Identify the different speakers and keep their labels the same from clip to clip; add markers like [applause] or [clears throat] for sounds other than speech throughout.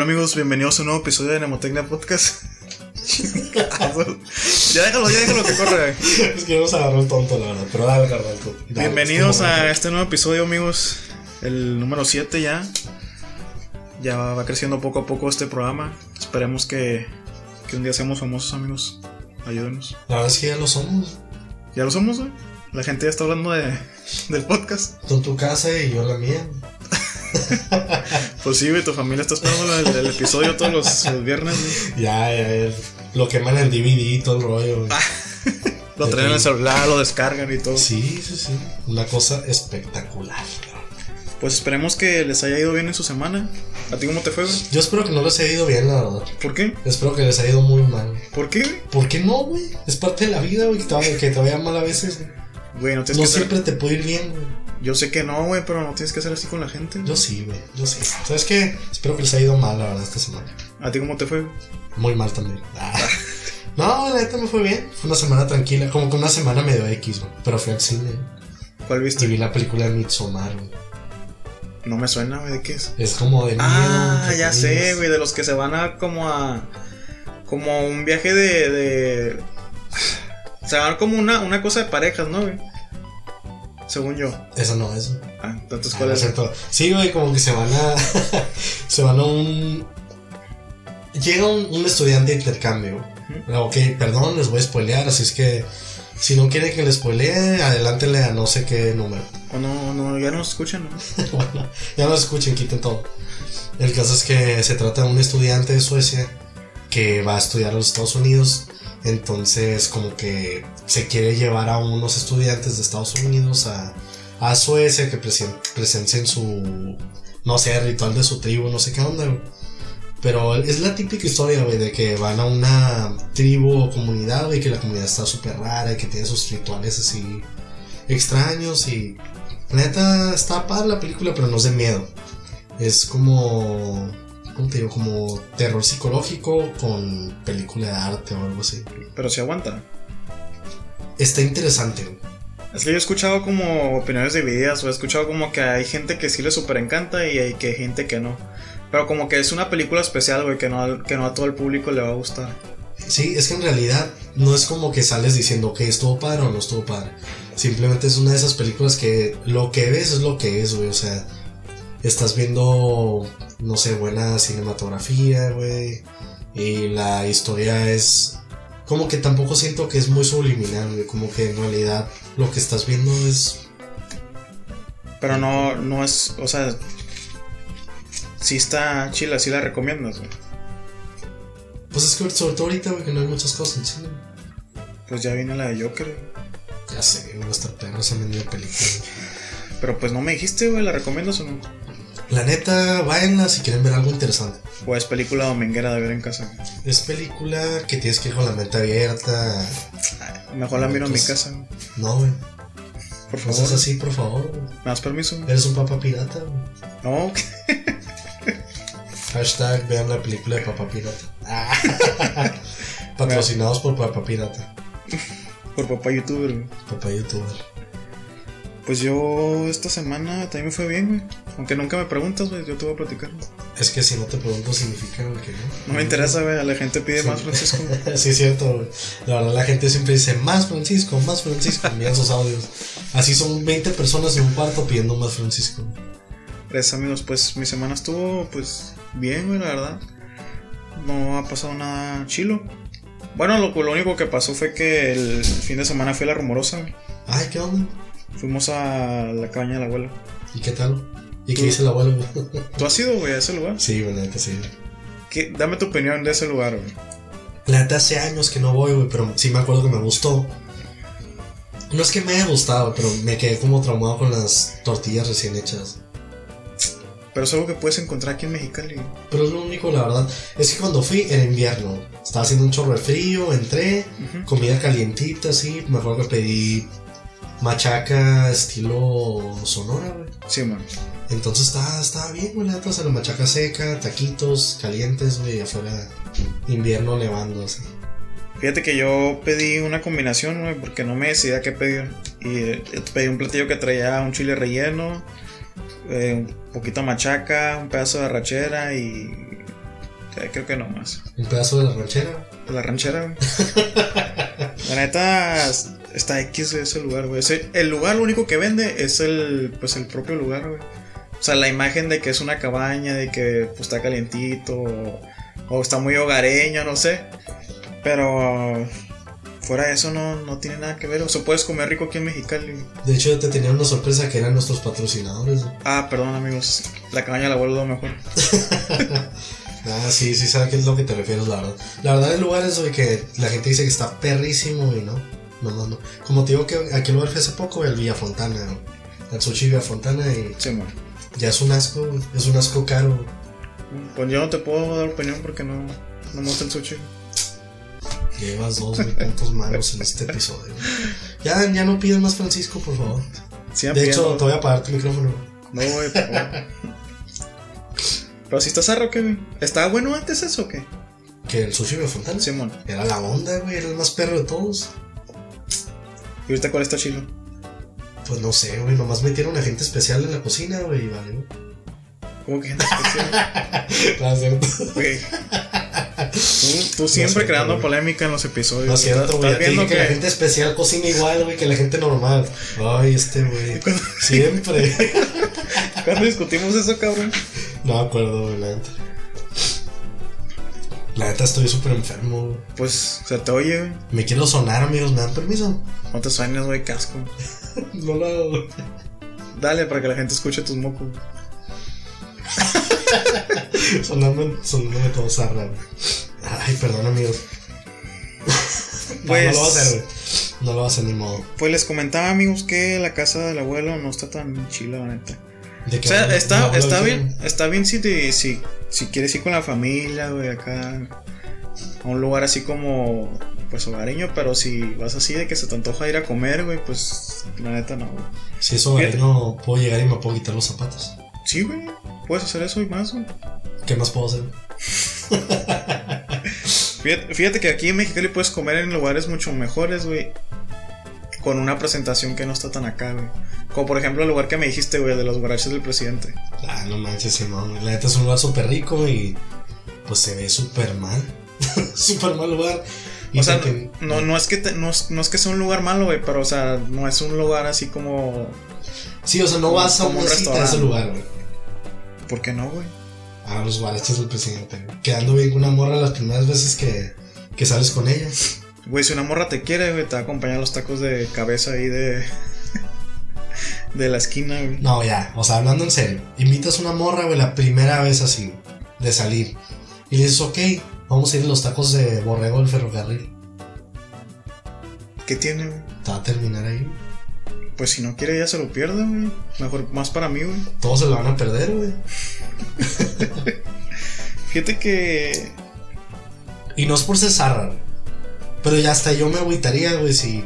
Speaker 1: amigos, bienvenidos a un nuevo episodio de Nemotecnia Podcast. [laughs] ya déjalo, ya déjalo que corre.
Speaker 2: [laughs] es que nos agarró el tonto, la verdad. Pero dale, carnal, tú. Dale,
Speaker 1: Bienvenidos
Speaker 2: es tu
Speaker 1: a
Speaker 2: momento.
Speaker 1: este nuevo episodio, amigos. El número 7 ya. Ya va creciendo poco a poco este programa. Esperemos que, que un día seamos famosos, amigos. Ayúdenos.
Speaker 2: La verdad es que ya lo somos.
Speaker 1: Ya lo somos, güey. La gente ya está hablando de, del podcast.
Speaker 2: Tú en tu casa y yo en la mía.
Speaker 1: Pues sí, güey, tu familia está esperando el, el episodio todos los, los viernes. güey.
Speaker 2: Ya, ya, ya. Lo queman en DVD y todo el rollo. güey.
Speaker 1: Ah. Lo traen en el celular, lo descargan y todo.
Speaker 2: Sí, sí, sí. Una cosa espectacular.
Speaker 1: Pues esperemos que les haya ido bien en su semana. ¿A ti cómo te fue, güey?
Speaker 2: Yo espero que no les haya ido bien, la verdad.
Speaker 1: ¿Por qué?
Speaker 2: Espero que les haya ido muy mal.
Speaker 1: ¿Por qué, güey?
Speaker 2: ¿Por qué no, güey? Es parte de la vida, güey, que te vaya, que te vaya mal a veces. güey.
Speaker 1: Güey, no tienes
Speaker 2: No
Speaker 1: que ser-
Speaker 2: siempre te puede ir bien, güey.
Speaker 1: Yo sé que no, güey, pero no tienes que ser así con la gente.
Speaker 2: Yo sí, güey. Yo sí. ¿Sabes qué? Espero que les haya ido mal, la verdad, esta semana.
Speaker 1: ¿A ti cómo te fue? güey?
Speaker 2: Muy mal también. Ah. No, la neta me fue bien. Fue una semana tranquila. Como que una semana medio X, güey. Pero fui al cine.
Speaker 1: ¿Cuál
Speaker 2: Y
Speaker 1: viste?
Speaker 2: vi la película de Midsommar, güey.
Speaker 1: No me suena, güey, ¿de qué es?
Speaker 2: Es como de miedo.
Speaker 1: Ah,
Speaker 2: entre
Speaker 1: ya sé,
Speaker 2: comillas.
Speaker 1: güey, de los que se van a como a... Como a un viaje de... de... Se van como una, una cosa de parejas, ¿no, güey? Según yo.
Speaker 2: Esa no es. güey.
Speaker 1: Ah, entonces,
Speaker 2: Ah,
Speaker 1: ¿cuál
Speaker 2: no
Speaker 1: es?
Speaker 2: cierto. Sí, güey, como que se van a. [laughs] se van a un. Llega un, un estudiante de intercambio. güey. Ok, perdón, les voy a spoilear, así es que. Si no quieren que les spoilee, adelántenle a no sé qué número.
Speaker 1: O no, no, ya no nos escuchan, ¿no?
Speaker 2: [laughs] bueno, ya no escuchen, quiten todo. El caso es que se trata de un estudiante de Suecia que va a estudiar a los Estados Unidos. Entonces, como que se quiere llevar a unos estudiantes de Estados Unidos a, a Suecia que presen- presencien su, no sé, ritual de su tribu, no sé qué onda, güey. Pero es la típica historia, güey, de que van a una tribu o comunidad, güey, que la comunidad está súper rara y que tiene sus rituales así extraños y Neta, está padre la película, pero no es de miedo. Es como. ¿Cómo te digo? Como terror psicológico con película de arte o algo así.
Speaker 1: Pero sí aguanta.
Speaker 2: Está interesante, güey.
Speaker 1: Es que yo he escuchado como opiniones divididas, o he escuchado como que hay gente que sí le super encanta y hay que gente que no. Pero como que es una película especial, güey, que no, que no a todo el público le va a gustar.
Speaker 2: Sí, es que en realidad no es como que sales diciendo que estuvo padre o no estuvo padre. Simplemente es una de esas películas que lo que ves es lo que es, güey. O sea, estás viendo, no sé, buena cinematografía, güey. Y la historia es como que tampoco siento que es muy subliminal, güey. Como que en realidad lo que estás viendo es...
Speaker 1: Pero no, no es, o sea, sí está chila, sí la recomiendas, güey.
Speaker 2: Pues es que sobre todo ahorita, güey, que no hay muchas cosas en cine.
Speaker 1: Pues ya viene la de Joker, güey.
Speaker 2: Ya sé, güey, hasta perro se vendió película.
Speaker 1: Pero pues no me dijiste, güey, ¿la recomiendas o no?
Speaker 2: La neta, váyanla si quieren ver algo interesante.
Speaker 1: O es película dominguera de ver en casa. güey?
Speaker 2: Es película que tienes que ir con la mente abierta.
Speaker 1: Mejor la miro en mi
Speaker 2: Entonces-
Speaker 1: casa, güey.
Speaker 2: No, güey.
Speaker 1: Por
Speaker 2: No
Speaker 1: favor.
Speaker 2: seas así, por favor. güey.
Speaker 1: ¿Me das permiso? güey?
Speaker 2: Eres un papá pirata. güey.
Speaker 1: No, [laughs]
Speaker 2: Hashtag vean la película de
Speaker 1: [laughs]
Speaker 2: papá pirata. Ah. Patrocinados por papá pirata.
Speaker 1: por papá youtuber, güey.
Speaker 2: Papá youtuber.
Speaker 1: Pues yo esta semana también me fue bien, güey. Aunque nunca me preguntas, güey, yo te voy a platicar.
Speaker 2: Es que si no te pregunto significa güey, que no.
Speaker 1: No me interesa, güey, a la gente pide
Speaker 2: Sí.
Speaker 1: más, Francisco.
Speaker 2: [laughs] Sí, es cierto, güey. La verdad, la gente siempre dice más Francisco, más Francisco. Miren sus audios. Así son 20 personas en un cuarto pidiendo más Francisco.
Speaker 1: Pues amigos, pues mi semana estuvo, pues, bien, güey, la verdad. No ha pasado nada chilo. Bueno, lo, lo único que pasó fue que el fin de semana fui a la rumorosa, güey.
Speaker 2: Ay, ¿qué onda?
Speaker 1: Fuimos a la cabaña de la abuela.
Speaker 2: ¿Y qué tal? ¿Y qué dice el abuelo? [laughs] güey?
Speaker 1: ¿Tú has ido, güey, a ese lugar?
Speaker 2: sí, verdad que sí.
Speaker 1: ¿Qué- Dame tu opinión de ese lugar, güey.
Speaker 2: La neta hace años que no voy, güey, pero sí me acuerdo que me gustó. No es que me haya gustado, pero me quedé como traumado con las tortillas recién hechas.
Speaker 1: Pero es algo que puedes encontrar aquí en Mexicali. güey.
Speaker 2: Pero es lo único, la verdad, es que cuando fui era invierno. Estaba haciendo un chorro de frío, entré,
Speaker 1: Ujú.
Speaker 2: comida calientita, sí. Me acuerdo que pedí machaca estilo sonora, güey.
Speaker 1: Sí, man.
Speaker 2: Entonces estaba, estaba bien, güey, la neta, o sea, la machaca seca, taquitos calientes, güey, afuera invierno nevando, así.
Speaker 1: Fíjate que yo pedí una combinación, güey, porque no me decidía qué pedir. Y eh, pedí un platillo que traía un chile relleno, eh, un poquito de machaca, un pedazo de arrachera y sea, creo que no más.
Speaker 2: Un pedazo de la ranchera.
Speaker 1: La ranchera,
Speaker 2: [laughs]
Speaker 1: güey. La neta es- está X de ese lugar, güey. Ese- El lugar lo único que vende es el pues el propio lugar, güey. O sea, la imagen de que es una cabaña, de que pues, está calientito o, o está muy hogareño, no sé. Pero fuera de eso no, no tiene nada que ver. O sea, puedes comer rico aquí en Mexicali. güey.
Speaker 2: De hecho, te tenía una sorpresa que eran nuestros patrocinadores. güey.
Speaker 1: Ah, perdón amigos. La cabaña del abuelo es lo mejor.
Speaker 2: Ah, sí, sí, sabes qué es lo que te refieres, la verdad. La verdad, hay lugares güey, que la gente dice que está perrísimo y no. No, no, no. Como te digo que aquel lugar fui hace poco, el Villa Fontana, güey. el sushi Villa Fontana, y
Speaker 1: Sí, amor.
Speaker 2: ya es un asco, güey. es un asco caro. güey.
Speaker 1: Pues yo no te puedo dar opinión porque no, no me gusta el sushi.
Speaker 2: Llevas dos mil puntos malos en este episodio. güey. Ya, ya no pidas más Francisco, por favor.
Speaker 1: Siempre.
Speaker 2: De hecho, te voy a apagar tu micrófono. güey.
Speaker 1: No, güey, por favor. Pero si está zarro, ¿qué, güey? ¿Estaba bueno antes eso o qué?
Speaker 2: Que el sushi Villa Fontana
Speaker 1: Simón.
Speaker 2: era la onda, güey, era el más perro de todos.
Speaker 1: ¿Y ahorita cuál está chilo?
Speaker 2: Pues no sé, güey, nomás metieron a gente especial en la cocina, güey, y vale.
Speaker 1: [laughs] ¿Cómo que gente especial?
Speaker 2: No
Speaker 1: Ah,
Speaker 2: es cierto.
Speaker 1: Güey.
Speaker 2: [laughs]
Speaker 1: Tú, tú siempre
Speaker 2: sé,
Speaker 1: creando
Speaker 2: güey.
Speaker 1: polémica en los episodios.
Speaker 2: No es cierto,
Speaker 1: Estás- estás
Speaker 2: güey. Ya te dije
Speaker 1: viendo
Speaker 2: que la
Speaker 1: que-
Speaker 2: gente especial cocina igual, güey, que la gente normal. Ay, este, güey.
Speaker 1: [laughs]
Speaker 2: Siempre.
Speaker 1: ¿Cuándo discutimos eso, cabrón?
Speaker 2: No me acuerdo, güey, la neta. La neta, estoy súper enfermo, güey.
Speaker 1: Pues se te oye, güey.
Speaker 2: Me quiero sonar, amigos, ¿me dan permiso?
Speaker 1: No te suenes, güey, casco.
Speaker 2: No lo hago, güey.
Speaker 1: Dale para que la gente escuche tus mocos.
Speaker 2: Sonándome, sonándome todo zarra, güey. Ay, perdón, amigos. No, no
Speaker 1: Pues-
Speaker 2: lo vas a hacer, güey. No lo vas a hacer ni modo.
Speaker 1: Pues les comentaba, amigos, que la casa del abuelo no está tan chila, la neta.
Speaker 2: De
Speaker 1: O
Speaker 2: que
Speaker 1: sea,
Speaker 2: hablo-
Speaker 1: está,
Speaker 2: hablo
Speaker 1: está
Speaker 2: de-
Speaker 1: bien, está bien si, te- si, si quieres ir con la familia, güey, acá a un lugar así como, pues hogareño, pero si vas así de que se te antoja ir a comer, güey, pues la neta no, güey.
Speaker 2: Si eso no puedo llegar y me puedo quitar los zapatos.
Speaker 1: Sí, güey, puedes hacer eso y más, güey.
Speaker 2: ¿Qué más puedo hacer?
Speaker 1: Fíjate, fíjate que aquí en Mexicali puedes comer en lugares mucho mejores, güey, con una presentación que no está tan acá, güey. Como por ejemplo el lugar que me dijiste, güey, de los guaraches del presidente.
Speaker 2: Ah, no manches, Simón. güey. La neta es un lugar súper rico y pues se ve súper mal. [laughs] súper mal lugar. Y
Speaker 1: O sea,
Speaker 2: porque-
Speaker 1: no, no, es que te- no, es- no es que sea un lugar malo, güey, pero o sea, no es un lugar así como...
Speaker 2: Sí, o sea, no vas a
Speaker 1: como
Speaker 2: una
Speaker 1: un
Speaker 2: cita a ese
Speaker 1: restaurante.
Speaker 2: lugar, güey.
Speaker 1: ¿Por qué no, güey?
Speaker 2: A los guaraches del presidente. güey. Quedando bien con una morra las primeras veces que, que sales con ella.
Speaker 1: Güey, si una morra te quiere, güey, te va a acompañar a los tacos de cabeza ahí de. [laughs] de la esquina, güey.
Speaker 2: No, ya, o sea, hablando en serio. Invitas a una morra, güey, la primera vez así, de salir. Y le dices, ok, vamos a ir a los tacos de borrego del ferrocarril.
Speaker 1: ¿Qué tiene, güey?
Speaker 2: Te va a terminar ahí.
Speaker 1: Pues si no quiere, ya se lo pierde, güey. Mejor, más para mí, güey.
Speaker 2: Todos se lo van a perder, güey.
Speaker 1: Fíjate que.
Speaker 2: Y no es por ser zarra, güey. Pero ya hasta yo me agüitaría, güey, si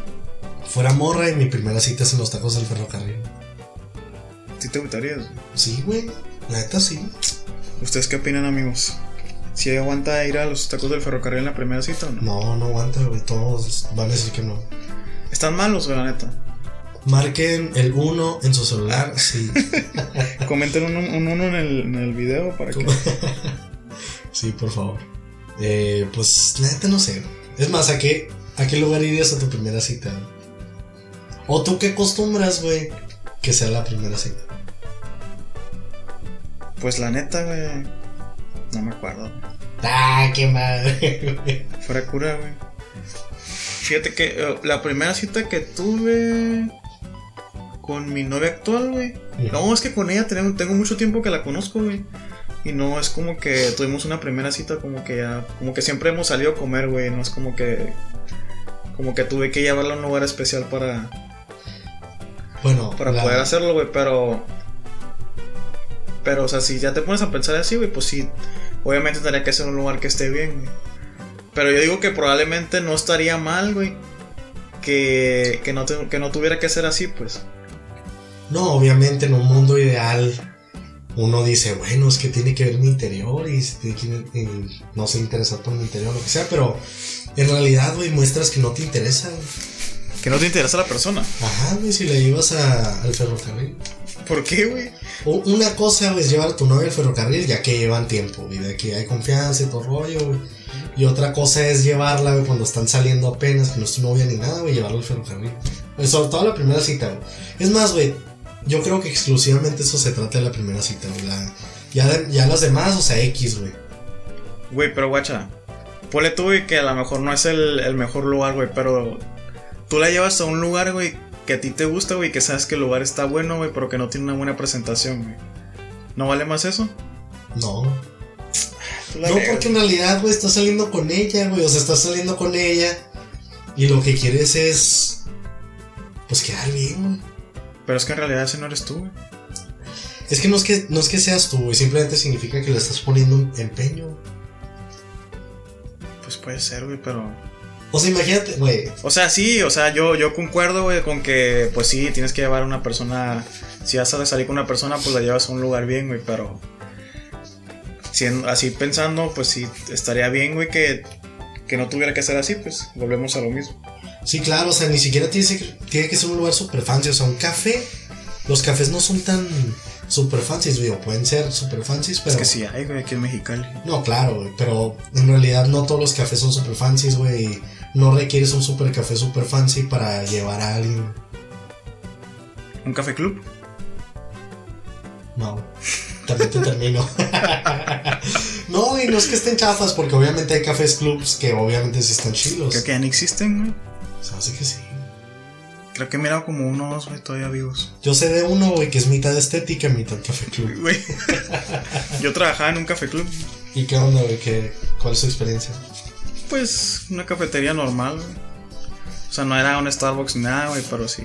Speaker 2: fuera morra y mi primera cita es en los tacos del ferrocarril.
Speaker 1: ¿Sí te gustaría? güey?
Speaker 2: Sí, güey. La neta sí.
Speaker 1: ¿Ustedes qué opinan, amigos? ¿Si aguanta ir a los tacos del ferrocarril en la primera cita o no?
Speaker 2: No, no aguanta, güey. Todos van a decir que no.
Speaker 1: Están malos, güey, la neta.
Speaker 2: Marquen el 1 en su celular. [laughs] Sí.
Speaker 1: Comenten un, un uno en el, en el video para que.
Speaker 2: sí, por favor. Eh, pues la neta no sé. Es más, ¿a qué, ¿a qué lugar irías a tu primera cita? ¿O tú qué acostumbras, güey? Que sea la primera cita.
Speaker 1: Pues la neta, güey. No me acuerdo.
Speaker 2: Ah, qué madre, güey.
Speaker 1: Fuera cura, güey. Fíjate que eh, la primera cita que tuve con mi novia actual, güey. No, es que con ella tenemos- tengo mucho tiempo que la conozco, güey. Y no es como que tuvimos una primera cita como que ya, como que siempre hemos salido a comer, güey. No es como que, como que tuve que llevarla a un lugar especial para,
Speaker 2: Bueno,
Speaker 1: para
Speaker 2: la-
Speaker 1: poder hacerlo, güey, pero. Pero, o sea, si ya te pones a pensar así, güey, pues sí. Obviamente tendría que ser un lugar que esté bien, güey. Pero yo digo que probablemente no estaría mal, güey. Que, que, no te- que no tuviera que ser así, pues.
Speaker 2: No, obviamente en un mundo ideal uno dice, bueno, es que tiene que ver mi interior y, se tiene que- y no se interesa por mi interior, lo que sea, pero en realidad, güey, muestras que no te interesa. güey.
Speaker 1: Que no te interesa la persona.
Speaker 2: Ajá, güey, si la llevas a- al ferrocarril.
Speaker 1: ¿Por qué, güey?
Speaker 2: U- Una cosa es llevar a tu novia al ferrocarril, ya que llevan tiempo, güey, de que hay confianza y todo rollo, güey. Y otra cosa es llevarla, güey, cuando están saliendo apenas, que no es tu novia ni nada, güey, llevarla al ferrocarril. Güey, sobre todo la primera cita, güey. Es más, güey, yo creo que exclusivamente eso se trata de la primera cita, güey. la- ya, de- ya las demás, o sea, X, güey.
Speaker 1: Güey, pero guacha. Ponle tú, güey, que a lo mejor no es el, el mejor lugar, güey, pero tú la llevas a un lugar, güey, que a ti te gusta, güey, que sabes que el lugar está bueno, güey, pero que no tiene una buena presentación, güey. ¿No vale más eso?
Speaker 2: No. No, porque en realidad, güey, estás saliendo con ella, güey. O sea, estás saliendo con ella. Y lo que quieres es. Pues quedar bien, güey.
Speaker 1: Pero es que en realidad ese no eres tú, güey.
Speaker 2: Es que no es que, no es que seas tú, güey. Simplemente significa que le estás poniendo un empeño.
Speaker 1: Pues puede ser, güey, pero...
Speaker 2: O sea, imagínate, güey.
Speaker 1: O sea, sí, o sea, yo, yo concuerdo, güey, con que, pues sí, tienes que llevar a una persona. Si vas a salir con una persona, pues la llevas a un lugar bien, güey, pero. si en- así pensando, pues sí, estaría bien, güey, que, que no tuviera que ser así, pues volvemos a lo mismo.
Speaker 2: Sí, claro, o sea, ni siquiera tiene, que- tiene que ser un lugar super fancy. O sea, un café. Los cafés no son tan super fancy, güey. o Pueden ser super fancy, pero.
Speaker 1: Es que sí hay, güey, aquí en Mexicali.
Speaker 2: No, claro, güey, pero en realidad no todos los cafés son super fancy, güey. y No requieres un super café super fancy para llevar a alguien.
Speaker 1: ¿Un café club?
Speaker 2: No, también te termino. [laughs] no, y no es que estén chafas, porque obviamente hay cafés clubs que obviamente sí están chilos.
Speaker 1: Creo que ya ni existen, güey.
Speaker 2: Se me hace que sí.
Speaker 1: Creo que he mirado como unos, güey, todavía vivos.
Speaker 2: Yo sé de uno, güey, que es mitad estética, mitad café club.
Speaker 1: Güey. [laughs] yo trabajaba en un café club.
Speaker 2: ¿Y qué onda, güey? ¿Qué- ¿Cuál es su experiencia?
Speaker 1: Pues una cafetería normal, güey. O sea, no era un Starbucks ni nada, güey, pero sí.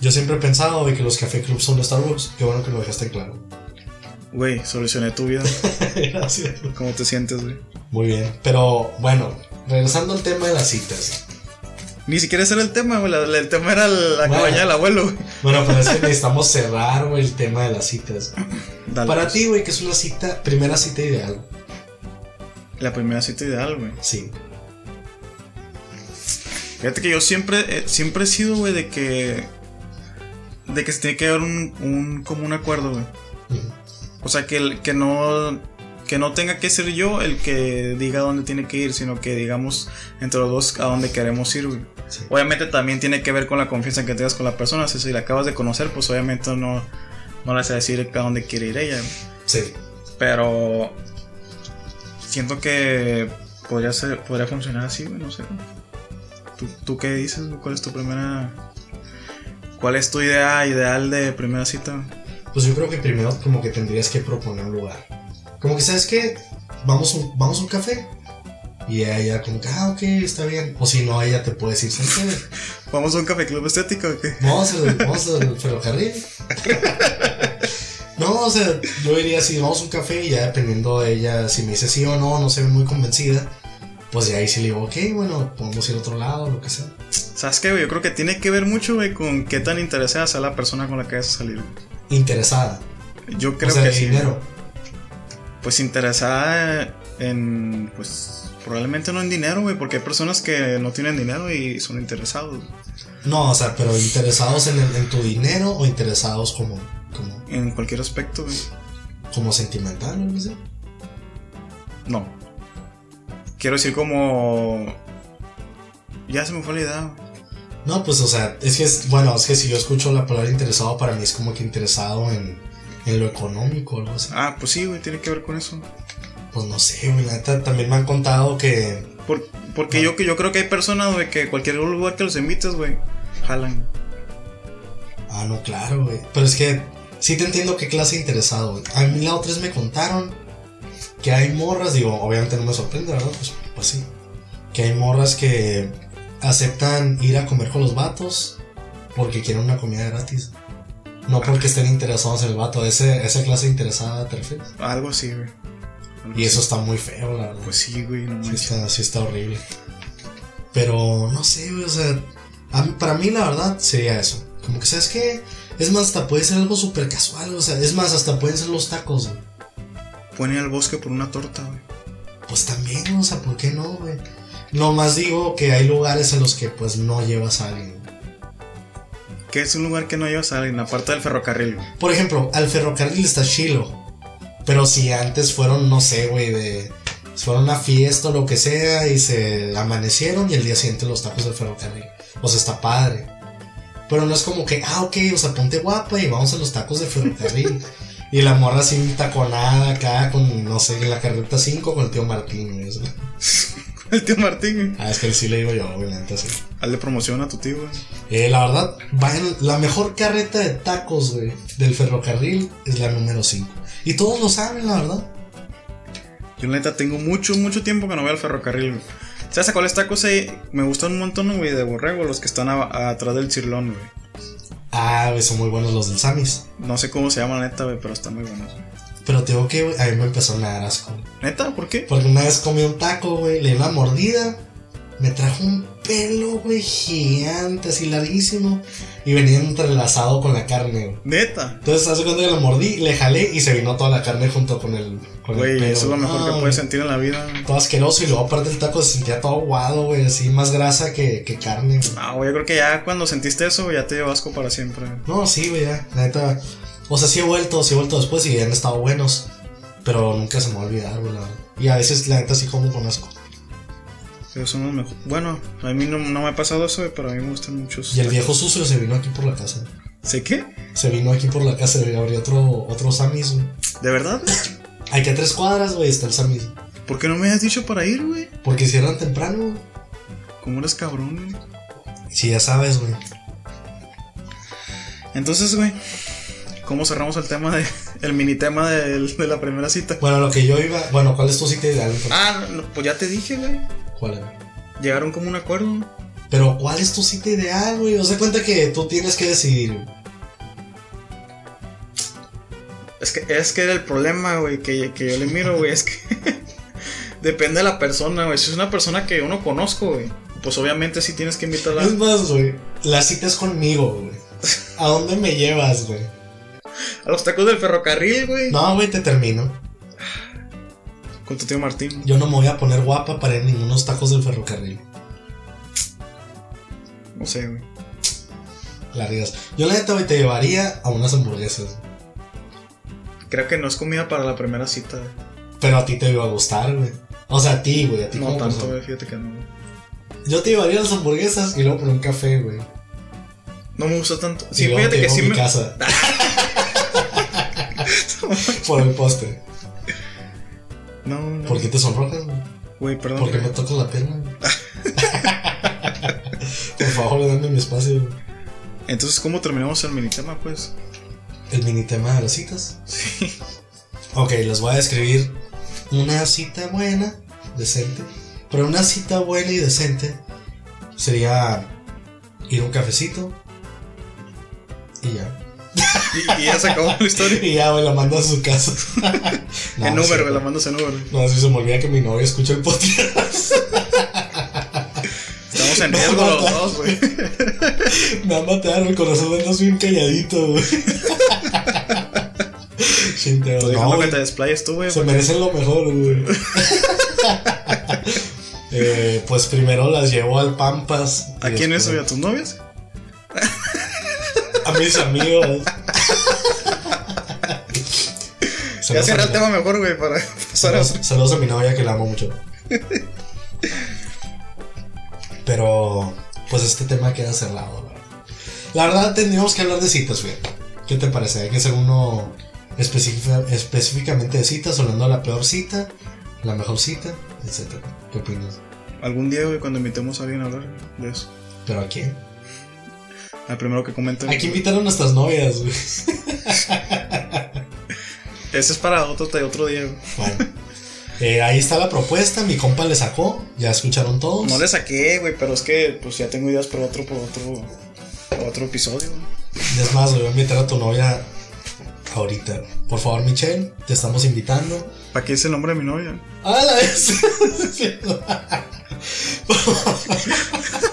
Speaker 2: Yo siempre he pensado, güey, que los café clubs son de Starbucks. Qué bueno que lo dejaste en claro. [laughs]
Speaker 1: Güey, solucioné tu vida.
Speaker 2: Gracias.
Speaker 1: ¿Cómo te sientes, güey?
Speaker 2: Muy bien, pero bueno, regresando al tema de las citas.
Speaker 1: Ni siquiera ese era el tema, güey. la- la- El tema era la
Speaker 2: Bueno.
Speaker 1: cabaña del abuelo, güey.
Speaker 2: Bueno, pero es que necesitamos cerrar, güey, el tema de las citas.
Speaker 1: Dale,
Speaker 2: Para
Speaker 1: pues.
Speaker 2: ti, güey, que es una cita, primera cita ideal.
Speaker 1: La primera cita ideal, güey.
Speaker 2: Sí.
Speaker 1: Fíjate que yo siempre, eh, siempre he sido, güey, de que. De que se tiene que haber un, un como un acuerdo, güey.
Speaker 2: Ujú.
Speaker 1: O sea, que, el- que no. Que no tenga que ser yo el que diga dónde tiene que ir, sino que digamos entre los dos a dónde queremos ir, güey.
Speaker 2: Sí.
Speaker 1: Obviamente también tiene que ver con la confianza que tengas con la persona. Si, si la acabas de conocer, pues obviamente no, no le vas a decir a dónde quiere ir ella, güey.
Speaker 2: Sí.
Speaker 1: Pero siento que podría ser, podría funcionar así, güey, no sé. ¿Tú, tú qué dices? güey? ¿Cuál es tu primera cuál es tu idea ideal de primera cita?
Speaker 2: Pues yo creo que primero como que tendrías que proponer un lugar. Como que sabes que vamos a un, vamos a un café. Y ella como que, ah, ok, está bien. O si no, ella te puede decir, ¿sabes qué, güey?
Speaker 1: ¿Vamos a un café club estético o qué?
Speaker 2: Vamos al, vamos al ferrocarril. No, o sea, yo diría si vamos a un café y ya dependiendo de ella, si me dice sí o no, no se ve muy convencida, pues ya ahí sí le digo, ok, bueno, podemos ir a otro lado, lo que sea.
Speaker 1: ¿Sabes qué, güey? Yo creo que tiene que ver mucho, güey, con qué tan interesada sea la persona con la que vas a salir. güey.
Speaker 2: Interesada.
Speaker 1: Yo creo
Speaker 2: o sea,
Speaker 1: que
Speaker 2: de
Speaker 1: sí.
Speaker 2: dinero.
Speaker 1: Pues interesada en pues probablemente no en dinero, güey, porque hay personas que no tienen dinero y son interesados. güey.
Speaker 2: No, o sea, pero interesados en, el- en tu dinero o interesados como, como,
Speaker 1: En cualquier aspecto, güey.
Speaker 2: como sentimental, no sé.
Speaker 1: No. Quiero decir como... Ya se me fue la idea. güey.
Speaker 2: No, pues, o sea, es que es, bueno, es que si yo escucho la palabra interesado, para mí es como que interesado en, en lo económico o algo así.
Speaker 1: Ah, pues sí, güey, tiene que ver con eso.
Speaker 2: Pues no sé, güey, la neta, también me han contado que.
Speaker 1: Por- porque yo, yo creo que hay personas, güey, que cualquier lugar que los invites, güey, jalan.
Speaker 2: Ah, no, claro, güey. Pero es que sí te entiendo qué clase de interesado, güey. A mí la otra vez me contaron que hay morras, digo, obviamente no me sorprende, ¿verdad? Pues, pues sí. Que hay morras que aceptan ir a comer con los vatos porque quieren una comida gratis. No porque estén interesados en el vato, a ese, a esa clase interesada te refieres.
Speaker 1: Algo así, güey. Algo
Speaker 2: Y eso
Speaker 1: así.
Speaker 2: está muy feo, la verdad.
Speaker 1: Pues sí, güey, no
Speaker 2: Sí
Speaker 1: manches.
Speaker 2: está, sí está horrible. Pero no sé, güey, o sea, a mí- para mí la verdad sería eso. Como que, ¿sabes qué? Es más, hasta puede ser algo súper casual, o sea, es más, hasta pueden ser los tacos, güey.
Speaker 1: Pone al bosque por una torta, güey.
Speaker 2: Pues también, o sea, ¿por qué no, güey? Nomás digo que hay lugares en los que pues no llevas a alguien.
Speaker 1: Que es un lugar que no llevas a alguien, aparte del ferrocarril. güey. [laughs]
Speaker 2: Por ejemplo, al ferrocarril está chilo. Pero si antes fueron, no sé, güey, de. Fueron a una fiesta o lo que sea y se amanecieron y el día siguiente los tacos del ferrocarril. O sea, está padre. Pero no es como que, ah, ok, o sea, ponte guapa y vamos a los tacos del [laughs] ferrocarril. y la morra sin taconada acá con, no sé, la carreta 5 con el tío Martín. güey, o sea.
Speaker 1: El tío Martín, güey.
Speaker 2: Ah, es que sí le digo yo, güey, la neta sí.
Speaker 1: Hazle promoción a tu tío, güey.
Speaker 2: Eh, la verdad, vayan- la mejor carreta de tacos, güey, del ferrocarril es la número 5. Y todos lo saben, la verdad.
Speaker 1: Yo la neta tengo mucho, mucho tiempo que no voy al ferrocarril, güey. ¿Sabes a cuáles tacos eh, me gustan un montón, güey, de borrego? Los que están a- atrás del cirlón, güey.
Speaker 2: Ah, güey, son muy buenos los del Samis.
Speaker 1: No sé cómo se llaman, la neta, güey, pero están muy buenos.
Speaker 2: Pero tengo que, güey, a mí me empezó a dar asco.
Speaker 1: ¿Neta? ¿Por qué?
Speaker 2: Porque una vez comí un taco, güey, le di una mordida. Me trajo un pelo, güey, gigante, así larguísimo. Y venía entrelazado con la carne, güey.
Speaker 1: ¿Neta?
Speaker 2: Entonces, hace cuando lo mordí, le jalé y se vino toda la carne junto con el. Con el
Speaker 1: Güey,
Speaker 2: pelo,
Speaker 1: eso es lo mejor
Speaker 2: No,
Speaker 1: que puedes sentir en la vida. güey.
Speaker 2: Todo asqueroso y luego aparte el taco se sentía todo aguado, güey, así más grasa que, que carne. güey.
Speaker 1: No, güey, yo creo que ya cuando sentiste eso, güey, ya te llevó asco para siempre. güey.
Speaker 2: No, sí, güey, ya, la neta. O sea, sí he vuelto, sí he vuelto después y han estado buenos. Pero nunca se me va a olvidar, güey. la verdad. Y a veces, la neta, sí como conozco.
Speaker 1: Pero son los mejores. Bueno, a mí no, no me ha pasado eso, güey, pero a mí me gustan muchos.
Speaker 2: Y el viejo sucio se vino aquí por la casa.
Speaker 1: ¿Sé qué?
Speaker 2: Se vino aquí por la casa y abrió otro, otro Samis, güey.
Speaker 1: ¿De verdad? güey?
Speaker 2: Aquí a tres cuadras, güey, está el Samis.
Speaker 1: ¿Por qué no me has dicho para ir, güey?
Speaker 2: Porque cierran temprano, güey.
Speaker 1: ¿Cómo eres cabrón, güey?
Speaker 2: Sí, ya sabes, güey.
Speaker 1: Entonces, güey, ¿cómo cerramos el tema de el mini tema del- de la primera cita?
Speaker 2: Bueno, lo que yo iba. Bueno, ¿cuál es tu cita ideal? güey?
Speaker 1: Ah, no, pues ya te dije, güey.
Speaker 2: ¿Cuál era?
Speaker 1: Llegaron como un acuerdo.
Speaker 2: Pero, ¿cuál es tu cita ideal, güey? O sea, cuenta que tú tienes que decidir. güey.
Speaker 1: Es que es que era el problema, güey, que, que yo le miro, güey, es que [laughs] depende de la persona, güey. Si es una persona que yo no conozco, güey, pues obviamente sí tienes que invitarla.
Speaker 2: Es más, güey. La cita es conmigo, güey. ¿A dónde me llevas, güey?
Speaker 1: A los tacos del ferrocarril, güey.
Speaker 2: No, güey, te termino.
Speaker 1: Con tu tío Martín.
Speaker 2: Yo no me voy a poner guapa para ir a ningunos tacos del ferrocarril.
Speaker 1: No sé, güey.
Speaker 2: Largas. Yo la neta, güey, te llevaría a unas hamburguesas.
Speaker 1: Creo que no es comida para la primera cita. güey.
Speaker 2: Pero a ti te iba a gustar, güey. O sea, a ti, güey, a ti
Speaker 1: No
Speaker 2: como
Speaker 1: tanto,
Speaker 2: persona.
Speaker 1: güey, fíjate que no. güey.
Speaker 2: Yo te llevaría a las hamburguesas y luego por un café, güey.
Speaker 1: No me gusta tanto.
Speaker 2: y
Speaker 1: Sí,
Speaker 2: luego
Speaker 1: fíjate
Speaker 2: te
Speaker 1: que
Speaker 2: llevo a
Speaker 1: sí
Speaker 2: mi
Speaker 1: me.
Speaker 2: casa. por el postre.
Speaker 1: No, no.
Speaker 2: ¿Por qué te sonrojas, güey?
Speaker 1: Güey, perdón.
Speaker 2: ¿Por qué
Speaker 1: güey.
Speaker 2: me tocas la pierna,
Speaker 1: [laughs]
Speaker 2: güey? por favor, dame mi espacio, güey.
Speaker 1: Entonces, ¿cómo terminamos el mini tema, pues?
Speaker 2: El mini tema de las citas. Ok, les voy a describir una cita buena, decente. Pero una cita buena y decente sería ir a un cafecito y ya. [laughs]
Speaker 1: Y, y ya se acabó la historia.
Speaker 2: Y ya, güey, la mando a su casa. [laughs]
Speaker 1: [laughs]
Speaker 2: No,
Speaker 1: en
Speaker 2: no es
Speaker 1: Uber,
Speaker 2: cierto.
Speaker 1: güey, la mandas en Uber. güey.
Speaker 2: No, si se me olvida que mi novia escucha el podcast. [laughs]
Speaker 1: Estamos en
Speaker 2: No,
Speaker 1: riesgo
Speaker 2: no,
Speaker 1: los
Speaker 2: no.
Speaker 1: dos, güey.
Speaker 2: Me va a matar, el corazón de andas bien calladito, güey. [laughs] Chin, te odio.
Speaker 1: Dejando
Speaker 2: No,
Speaker 1: que
Speaker 2: güey,
Speaker 1: te desplayes tú, güey.
Speaker 2: se merecen lo mejor, güey. Eh, pues primero las llevo al Pampas. y
Speaker 1: ¿A quién es, güey?
Speaker 2: después-
Speaker 1: ¿A tus novias?
Speaker 2: A mis amigos.
Speaker 1: [laughs] Ya
Speaker 2: Saludos a
Speaker 1: cierra
Speaker 2: mi-
Speaker 1: el tema mejor, güey, para pasar a
Speaker 2: Saludos,
Speaker 1: otro.
Speaker 2: saludos a mi novia que la amo mucho. Pero, pues este tema queda cerrado. la verdad. La verdad, tendríamos que hablar de citas, güey. ¿Qué te parece? Hay que hacer uno específica- específicamente de citas, hablando de la peor cita, la mejor cita, etc. ¿Qué opinas?
Speaker 1: Algún día, güey, cuando invitemos a alguien a hablar de eso.
Speaker 2: ¿Pero a quién?
Speaker 1: Al primero que comenten.
Speaker 2: Hay que invitar a nuestras novias, güey.
Speaker 1: Ese es para otro, otro día, güey.
Speaker 2: Bueno, eh, ahí está la propuesta. Mi compa le sacó. Ya escucharon todos.
Speaker 1: No le saqué, güey, pero es que pues ya tengo ideas para otro, para otro, para otro episodio. güey.
Speaker 2: Y Es más, güey, voy a invitar a tu novia ahorita. Por favor, Michelle, te estamos invitando.
Speaker 1: ¿Para qué es el nombre de mi novia?
Speaker 2: ¡Ah, la vez! [laughs]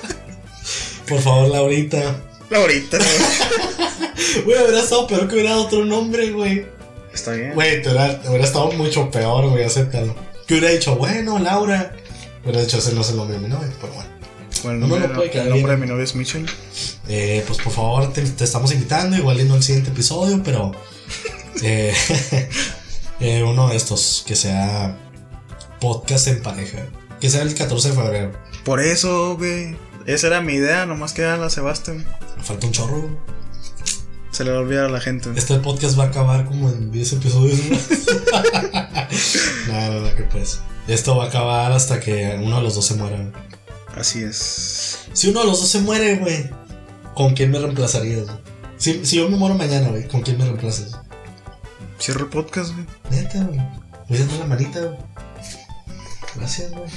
Speaker 2: Por favor, Laurita.
Speaker 1: Laurita,
Speaker 2: [laughs]
Speaker 1: güey.
Speaker 2: Güey, hubiera estado peor que hubiera otro nombre, güey.
Speaker 1: Está bien.
Speaker 2: Güey, te hubiera, te hubiera estado mucho peor, güey, acéptalo. Que hubiera dicho, bueno, Laura, Pero de hecho, ese no es el nombre de mi novia, pero bueno.
Speaker 1: Bueno, el
Speaker 2: No, no,
Speaker 1: nombre,
Speaker 2: no puede
Speaker 1: el
Speaker 2: quedar
Speaker 1: nombre de
Speaker 2: bien.
Speaker 1: mi novia es Mitchell.
Speaker 2: Eh, pues por favor, te, te estamos invitando, igual y no el siguiente episodio, pero eh, [laughs] eh, uno de estos, que sea podcast en pareja, que sea el 14 de febrero.
Speaker 1: Por eso, güey. Esa era mi idea, nomás que ya la Sebastián.
Speaker 2: Falta un chorro.
Speaker 1: Se le va a olvidar a la gente.
Speaker 2: Este podcast va a acabar como en 10 episodios. Nada, no, no, que pues. Esto va a acabar hasta que uno de los dos se muera. güey.
Speaker 1: Así es.
Speaker 2: Si uno de los dos se muere, güey, ¿con quién me reemplazarías? güey? Si, si yo me muero mañana, güey, ¿con quién me reemplazas?
Speaker 1: Cierro el podcast, güey.
Speaker 2: Neta, güey. Voy a dar la manita, güey. Gracias, güey.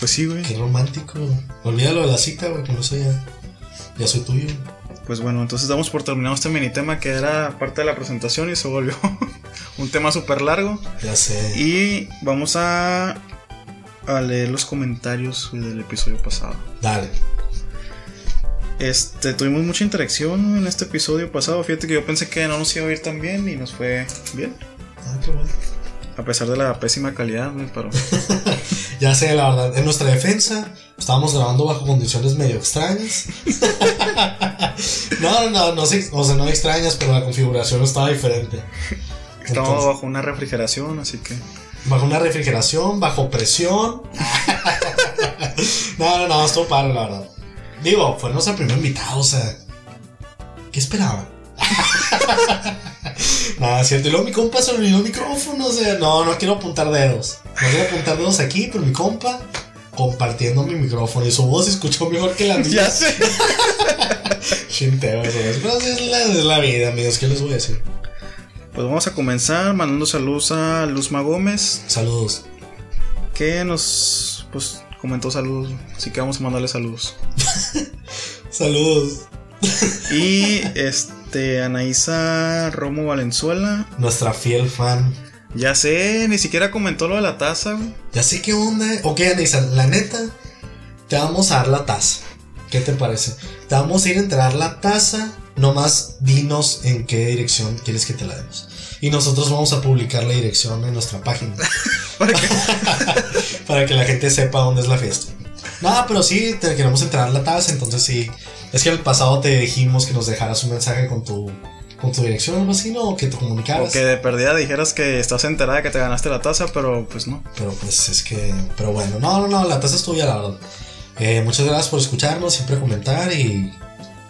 Speaker 1: Pues sí, güey.
Speaker 2: Qué romántico. güey. Olvídalo de la cita, güey, que no soy ya. Ya soy tuyo.
Speaker 1: Pues bueno, entonces damos por terminado este mini tema que era parte de la presentación y se volvió [laughs] un tema súper largo.
Speaker 2: Ya sé.
Speaker 1: Y vamos a, a leer los comentarios güey, del episodio pasado.
Speaker 2: Dale.
Speaker 1: Este, tuvimos mucha interacción en este episodio pasado. Fíjate que yo pensé que no nos iba a ir tan bien y nos fue bien.
Speaker 2: Ah, qué bueno.
Speaker 1: A pesar de la pésima calidad, güey, pero
Speaker 2: Ya sé, la verdad. En nuestra defensa, estábamos grabando bajo condiciones medio extrañas. [laughs] no, no, no, no sé, o sea, no extrañas, pero la configuración estaba diferente.
Speaker 1: estamos
Speaker 2: Entonces-
Speaker 1: bajo una refrigeración, así que
Speaker 2: Bajo una refrigeración, bajo presión. no, no, no, estuvo padre, la verdad. Digo, fue nuestro primer invitado, o sea. ¿Qué esperaban? [laughs] Nada, es cierto. Y luego mi compa se olvidó el micrófono, o sea, no, no quiero apuntar dedos. No quiero apuntar dedos aquí, pero mi compa compartiendo mi micrófono y su voz se escuchó mejor que
Speaker 1: [laughs]
Speaker 2: la mía.
Speaker 1: sé.
Speaker 2: Chinteo, eso es. Pero así es la, es la vida, amigos, ¿qué les voy a decir?
Speaker 1: Pues vamos a comenzar mandando saludos a Luzma Gómez,
Speaker 2: Saludos.
Speaker 1: que nos pues comentó saludos, así que vamos a mandarle saludos.
Speaker 2: Saludos.
Speaker 1: Y este Anaísa Romo Valenzuela,
Speaker 2: Nuestra fiel fan.
Speaker 1: ya sé, ni siquiera comentó lo de la taza, güey. [laughs]
Speaker 2: Ya sé qué onda. Ok, Anisa, la neta, te vamos a dar la taza. ¿Qué te parece? Te vamos a ir a entregar la taza. Nomás dinos en qué dirección quieres que te la demos. Y nosotros vamos a publicar la dirección en nuestra página.
Speaker 1: Para que-
Speaker 2: para que la gente sepa dónde es la fiesta. Nada, pero sí, te queremos entregar la taza. Entonces sí. Es que el pasado te dijimos que nos dejaras un mensaje con tu, con tu dirección o algo así, ¿no? O que te
Speaker 1: o
Speaker 2: comunicaras.
Speaker 1: que de perdida dijeras que estás enterada que te ganaste la taza, pero pues no.
Speaker 2: Pero pues es que, pero bueno, no, no, no, la taza es tuya, la verdad. Eh, muchas gracias por escucharnos, siempre comentar y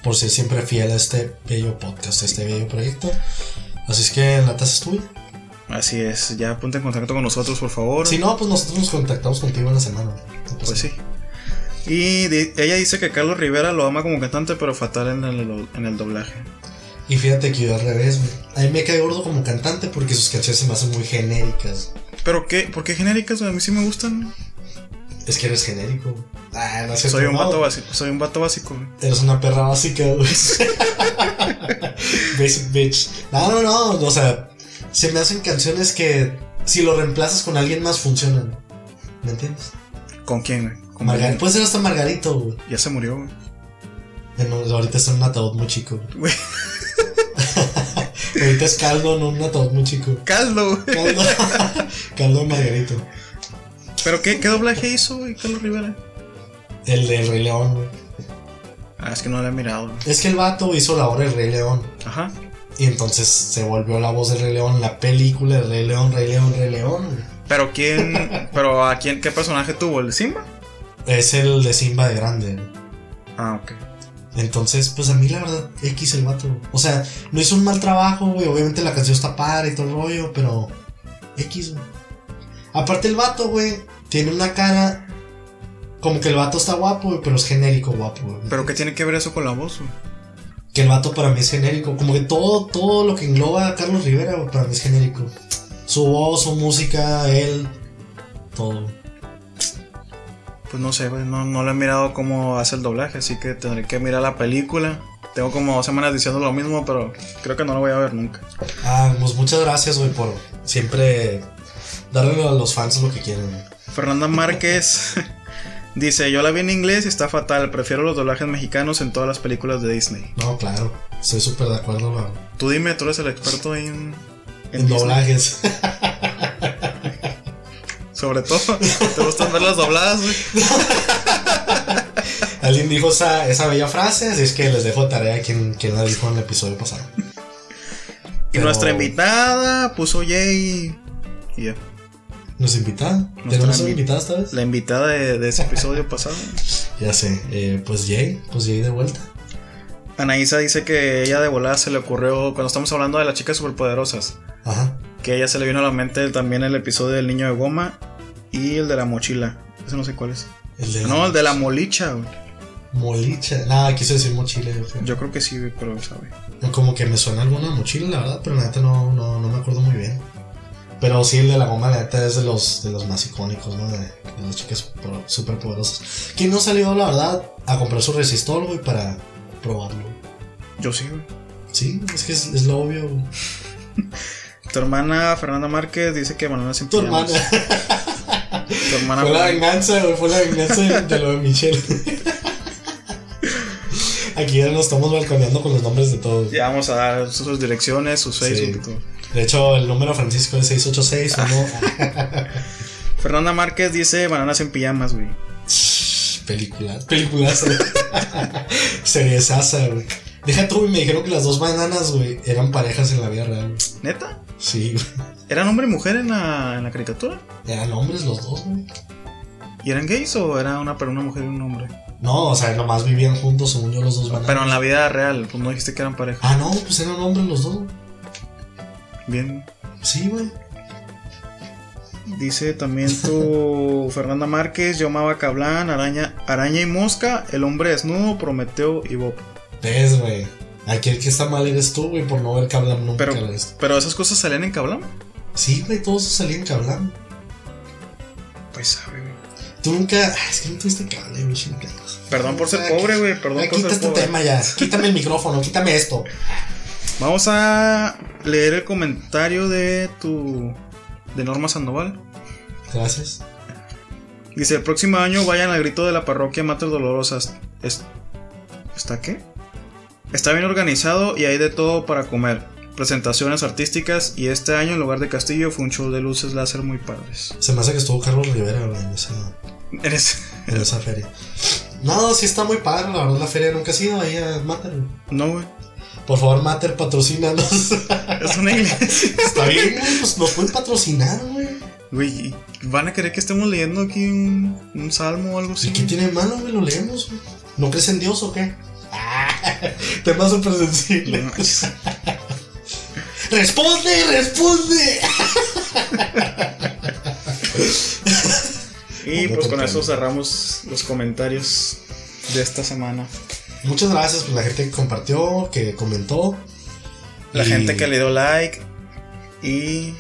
Speaker 2: por ser siempre fiel a este bello podcast, a este bello proyecto. Así es que la taza es tuya.
Speaker 1: Así es, ya ponte en contacto con nosotros, por favor.
Speaker 2: Si no, pues nosotros nos contactamos contigo en la semana. No pasa
Speaker 1: Pues sí. Y di- ella dice que Carlos Rivera lo ama como cantante, pero fatal en el, en el doblaje.
Speaker 2: nada. Y fíjate que yo al revés, güey. A mí me cae gordo como cantante porque sus canciones se me hacen muy genéricas.
Speaker 1: ¿Pero qué? ¿Por qué genéricas? A mí sí me gustan.
Speaker 2: Es que eres genérico. güey. Ah, no es cierto,
Speaker 1: Soy un
Speaker 2: no.
Speaker 1: vato básico. Soy un vato básico. güey.
Speaker 2: Eres una perra básica, güey.
Speaker 1: [laughs]
Speaker 2: Basic bitch. No, no, no. O sea, se me hacen canciones que si lo reemplazas con alguien más funcionan. ¿Me entiendes?
Speaker 1: ¿Con quién, güey? Con
Speaker 2: Margarito.
Speaker 1: Belén.
Speaker 2: Puede ser hasta Margarito, güey.
Speaker 1: Ya se murió, güey.
Speaker 2: Ya no, ahorita está en un ataúd muy chico. güey.
Speaker 1: Güey.
Speaker 2: [laughs] ahorita es caldo, no un ataúd muy chico.
Speaker 1: Caldo, güey.
Speaker 2: Caldo. [laughs] caldo Margarito.
Speaker 1: ¿Pero qué, qué doblaje hizo, güey, Carlos Rivera?
Speaker 2: El del Rey León, güey.
Speaker 1: Ah, es que no lo he mirado, güey.
Speaker 2: Es que el vato hizo la hora del Rey León.
Speaker 1: Ajá.
Speaker 2: Y entonces se volvió la voz del Rey León, la película del Rey León, Rey León, Rey León, güey.
Speaker 1: ¿Pero quién? ¿Pero a quién? ¿Qué personaje tuvo? ¿El de Simba?
Speaker 2: Es el de Simba de grande.
Speaker 1: Ah, ok.
Speaker 2: Entonces, pues a mí la verdad, X el vato. O sea, no hizo un mal trabajo, güey. Obviamente la canción está padre y todo el rollo, pero X, güey. Aparte el vato, güey, tiene una cara... Como que el vato está guapo, güey, pero es genérico guapo, güey.
Speaker 1: ¿Pero qué tiene que ver eso con la voz, güey?
Speaker 2: Que el vato para mí es genérico. Como que todo, todo lo que engloba a Carlos Rivera, güey, para mí es genérico. Su voz, su música, él, todo.
Speaker 1: Pues no sé, güey. No, no lo he mirado cómo hace el doblaje, así que tendré que mirar la película. Tengo como dos semanas diciendo lo mismo, pero creo que no lo voy a ver nunca.
Speaker 2: Ah, pues muchas gracias, güey, por siempre darle a los fans lo que quieren, güey.
Speaker 1: Fernanda Márquez [laughs] dice: Yo la vi en inglés y está fatal. Prefiero los doblajes mexicanos en todas las películas de Disney.
Speaker 2: No, claro, estoy súper de acuerdo, güey.
Speaker 1: Tú dime, tú eres el experto en,
Speaker 2: En
Speaker 1: Disney.
Speaker 2: doblajes.
Speaker 1: Sobre todo,
Speaker 2: [laughs]
Speaker 1: te gustan ver las dobladas, güey.
Speaker 2: [laughs] Alguien dijo esa, esa bella frase, así es que les dejo tarea quien, quien la dijo en el episodio pasado.
Speaker 1: Y
Speaker 2: Pero-
Speaker 1: nuestra invitada puso Jay. Y ya.
Speaker 2: ¿Nos invitan?
Speaker 1: Nos
Speaker 2: ¿Tenemos
Speaker 1: traen-
Speaker 2: una invitada esta vez?
Speaker 1: La invitada de, de ese episodio pasado.
Speaker 2: Ya sé, eh, pues Jay, pues Jay de vuelta.
Speaker 1: Anaísa dice que ella de volada se le ocurrió, cuando estamos hablando de las chicas superpoderosas,
Speaker 2: Ajá.
Speaker 1: que a ella se le vino a la mente también el episodio del niño de goma y el de la mochila. Ese no sé cuál es.
Speaker 2: El de
Speaker 1: No, el de la molicha, güey.
Speaker 2: Molicha. Nada, quise decir mochila, yo creo.
Speaker 1: Yo creo que sí, güey, pero sabe.
Speaker 2: Como que me suena alguna mochila, la verdad, pero la neta no, no, no me acuerdo muy bien. Pero sí, el de la goma, la neta, es de los, de los más icónicos, ¿no? De, de las chicas super- superpoderosas. ¿Quién no salió, la verdad, a comprar su resistor, güey, para probarlo?
Speaker 1: Yo sí, güey.
Speaker 2: Sí, es que es, es lo obvio. güey.
Speaker 1: Tu hermana Fernanda Márquez dice que Manuela siempre
Speaker 2: Tu hermana.
Speaker 1: Tu hermana
Speaker 2: Fue la
Speaker 1: Manuela.
Speaker 2: venganza, güey, fue la venganza de, de lo de Michelle. Aquí ya nos estamos balconeando con los nombres de todos.
Speaker 1: Ya vamos a dar sus sus direcciones, sus
Speaker 2: Sí.
Speaker 1: Facebook y todo.
Speaker 2: De hecho, el número Francisco es 686, ¿o ¿no?
Speaker 1: Fernanda Márquez dice bananas en pijamas, güey.
Speaker 2: Películas, [laughs] películas. Serie sasa, güey. Deja tú, güey, me dijeron que las dos bananas, güey, eran parejas en la vida real. güey.
Speaker 1: ¿Neta?
Speaker 2: Sí, güey.
Speaker 1: ¿Eran hombre y mujer en la, en la caricatura?
Speaker 2: Eran hombres los dos, güey.
Speaker 1: ¿Y eran gays o era una pero una mujer y un hombre?
Speaker 2: No, o sea, nomás vivían juntos, según yo, los dos bananas.
Speaker 1: Pero en la vida real, pues no dijiste que eran pareja.
Speaker 2: Ah, no, pues eran hombres los dos. güey.
Speaker 1: Bien.
Speaker 2: Sí, güey.
Speaker 1: Dice también tu Fernanda Márquez, yo amaba Cablán, araña, araña y mosca, el hombre desnudo, Prometeo y Bob.
Speaker 2: Ves, güey. Aquí el que está mal eres tú, güey, por no ver que hablan nunca
Speaker 1: Pero-
Speaker 2: de esto.
Speaker 1: Pero esas cosas salían en Cablán.
Speaker 2: Sí, güey, todos salían que hablan.
Speaker 1: Pues sabe, güey.
Speaker 2: Tú nunca. Ah, es que no tuviste cable, güey, chingados.
Speaker 1: Perdón por ser
Speaker 2: Ah,
Speaker 1: pobre, güey. Perdón
Speaker 2: Ah,
Speaker 1: por
Speaker 2: quita
Speaker 1: ser
Speaker 2: este
Speaker 1: pobre.
Speaker 2: tema ya. Quítame el micrófono, quítame esto.
Speaker 1: Vamos a leer el comentario de tu. de Norma Sandoval.
Speaker 2: Gracias.
Speaker 1: Dice: el próximo año vayan al grito de la parroquia Mater Dolorosas. Es- ¿Está qué? Está bien organizado y hay de todo para comer. Presentaciones artísticas y este año en lugar de castillo fue un show de luces láser muy padres. [laughs]
Speaker 2: Se me hace que estuvo Carlos Rivera, güey, en esa,
Speaker 1: Eres.
Speaker 2: en esa feria. No, sí está muy padre, la verdad, la feria nunca ha sido ahí a Mater. güey.
Speaker 1: No, güey.
Speaker 2: Por favor, Mater, patrocínanos.
Speaker 1: Es una iglesia. [laughs]
Speaker 2: está bien, [laughs] güey, pues nos pueden patrocinar, güey.
Speaker 1: Güey, ¿y ¿van a querer que estemos leyendo aquí un, un salmo o algo así?
Speaker 2: Pues, ¿Y qué tiene de malo, güey? Lo leemos, güey. ¿No crees en Dios o qué? [laughs] Tema súper
Speaker 1: No [laughs]
Speaker 2: sensible.
Speaker 1: manches.
Speaker 2: ¡Responde, responde!
Speaker 1: Y
Speaker 2: Hombre,
Speaker 1: pues con
Speaker 2: comprendo.
Speaker 1: eso cerramos los comentarios de esta semana.
Speaker 2: Muchas gracias por la gente que compartió, que comentó.
Speaker 1: La
Speaker 2: Y-
Speaker 1: gente que le dio like. Y